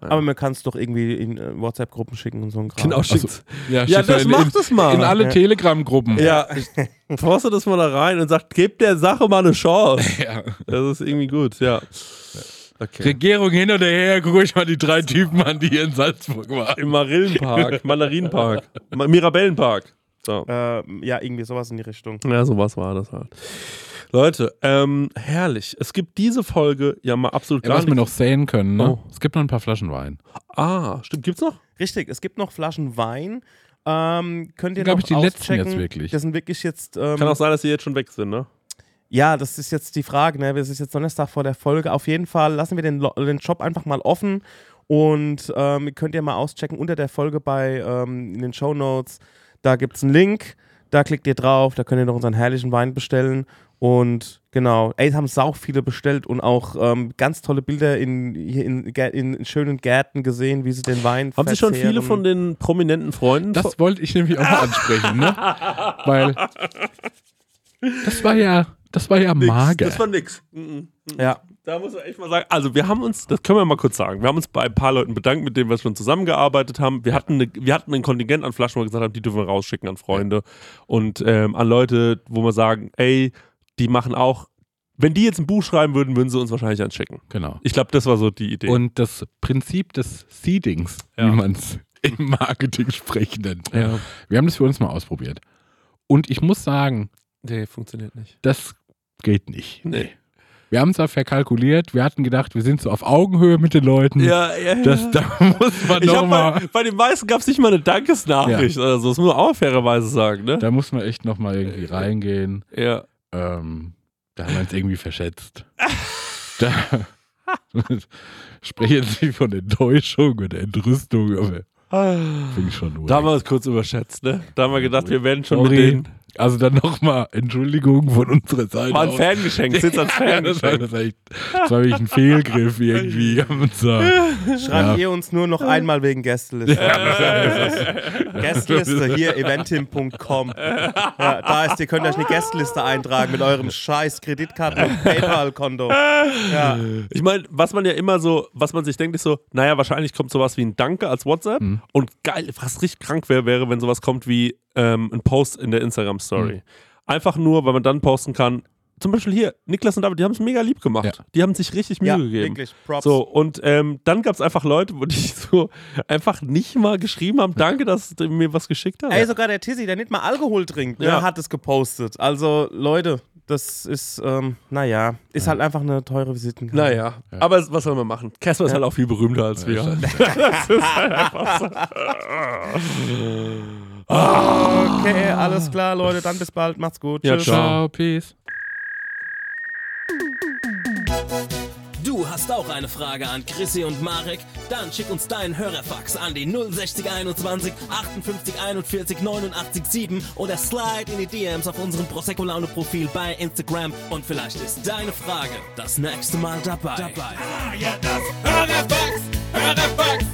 S4: Aber man kann es doch irgendwie in äh, WhatsApp-Gruppen schicken und so ein Kram.
S3: Genau, schickt's.
S2: Ja,
S3: ja,
S2: steht da
S3: das
S2: in,
S3: macht es mal.
S2: in alle
S4: Ja.
S2: Telegram-Gruppen.
S3: ja, ich poste das mal da rein und sagt, gebt der Sache mal eine Chance.
S2: *laughs* Ja.
S3: Das ist irgendwie gut, ja. Okay.
S2: Regierung hin oder her, gucke ich mal die drei Typen an, die hier in Salzburg waren.
S3: Im Marillenpark, Mandarinenpark, Ma- Mirabellenpark. So.
S4: Ähm, ja, irgendwie sowas in die Richtung.
S3: Ja, sowas war das halt. Leute, ähm, herrlich. Es gibt diese Folge ja mal absolut
S2: Ja,
S3: gar
S2: was wir
S3: nicht.
S2: noch sehen können, ne?
S3: Oh.
S2: Es gibt noch ein paar Flaschen Wein.
S3: Ah, stimmt. Gibt's noch?
S4: Richtig, es gibt noch Flaschen Wein. Ähm, könnt ihr
S2: Glaub
S4: noch
S2: ich, die letzten
S4: auschecken?
S2: jetzt wirklich.
S4: Das sind wirklich jetzt. Ähm,
S3: Kann auch sein, dass sie jetzt schon weg sind, ne?
S4: Ja, das ist jetzt die Frage. Ne? Es ist jetzt Donnerstag vor der Folge. Auf jeden Fall lassen wir den, Lo- den Shop einfach mal offen und ähm, könnt ihr mal auschecken unter der Folge bei ähm, in den Show Notes. Da gibt es einen Link. Da klickt ihr drauf. Da könnt ihr noch unseren herrlichen Wein bestellen. Und genau, ey, es haben sau viele bestellt und auch ähm, ganz tolle Bilder in, hier in, Gär- in schönen Gärten gesehen, wie sie den Wein
S3: Haben Sie schon viele
S4: verzehren.
S3: von den prominenten Freunden?
S2: Das wollte ich nämlich auch mal ansprechen,
S3: *laughs*
S2: ne? Weil das war ja, das war ja mager.
S3: Das war nix. Mhm.
S4: Ja,
S3: Da muss man echt mal sagen, also wir haben uns, das können wir mal kurz sagen, wir haben uns bei ein paar Leuten bedankt, mit denen wir schon zusammengearbeitet haben. Wir hatten, eine, wir hatten ein Kontingent an Flaschen, wo wir gesagt haben, die dürfen wir rausschicken an Freunde und ähm, an Leute, wo wir sagen, ey, die machen auch, wenn die jetzt ein Buch schreiben würden, würden sie uns wahrscheinlich eins schicken.
S2: genau.
S3: Ich glaube, das war so die Idee.
S2: Und das Prinzip des Seedings, wie
S3: Ja.
S2: man es *laughs* im Marketing sprechen nennt. Wir haben das für uns mal ausprobiert. Und ich muss sagen,
S3: nee, funktioniert nicht.
S2: das geht nicht.
S3: Nee.
S2: Wir haben es ja verkalkuliert, wir hatten gedacht, wir sind so auf Augenhöhe mit den Leuten.
S3: Ja, ja, ja.
S2: Hm. Das,
S3: *laughs*
S2: da muss man
S3: ich hab
S2: nochmal.
S3: bei, bei den meisten gab es nicht mal eine Dankesnachricht oder so, das muss man auch fairerweise sagen, ne?
S2: Da muss man echt nochmal irgendwie reingehen.
S3: Ja.
S2: Ähm, da haben wir uns irgendwie verschätzt.
S3: *laughs*
S2: Da *laughs* sprechen Sie von Enttäuschung und Entrüstung, aber
S3: Ah.
S2: fing schon nur.
S3: Da haben wir uns kurz überschätzt, ne? Da haben wir gedacht, wir werden schon mit
S2: Sorry.
S3: denen.
S2: Also dann nochmal Entschuldigung von unserer Seite.
S3: War ein
S2: aus. *laughs*
S3: *laughs* Fangeschenk, sitzt als
S2: das war,
S3: Fangeschenk.
S2: das echt, das war wirklich ein Fehlgriff
S3: *laughs*
S2: irgendwie. am Tag.
S4: schreibt
S2: Ja.
S4: ihr uns nur noch einmal wegen Gästeliste. Gästeliste hier, eventim.com. Ja, da ist, ihr könnt euch eine Gästeliste eintragen mit eurem scheiß Kreditkarten- und PayPal-Konto. Ja.
S3: Ich meine, was man ja immer so, was man sich denkt, ist so, naja, wahrscheinlich kommt sowas wie ein Danke als WhatsApp. Und geil, was richtig krank wäre, wäre, wenn sowas kommt wie ähm, ein Post in der Instagram-Story. Einfach nur, weil man dann posten kann. Zum Beispiel hier, Niklas und David, die haben es mega lieb gemacht.
S2: Ja.
S3: Die haben sich richtig Mühe
S4: Ja,
S3: gegeben.
S4: wirklich, Props.
S3: So, und ähm, dann gab es einfach Leute, wo die *laughs* so einfach nicht mal geschrieben haben, danke, dass du mir was geschickt hast.
S4: Ey, sogar der Tizzy, der nicht mal Alkohol trinkt,
S3: Ja.
S4: ne, hat es gepostet. Also, Leute, das ist, ähm, naja, ist halt einfach eine teure Visitenkarte.
S3: Naja, aber es- was soll man machen? Casper ist halt auch viel berühmter als wir. Das ist halt einfach so.
S4: Okay, alles klar, Leute, dann bis bald, macht's gut.
S3: Ja,
S4: Tschüss.
S3: ciao.
S2: Ciao, peace.
S7: Du hast auch eine Frage an Chrissy und Marek? Dann schick uns deinen Hörerfax an die 06021 58 41 89 7 oder slide in die DMs auf unserem Prosecco Laune Profil bei Instagram und vielleicht ist deine Frage das nächste Mal dabei. dabei.
S1: Ah ja, das Hörerfax, Hörerfax,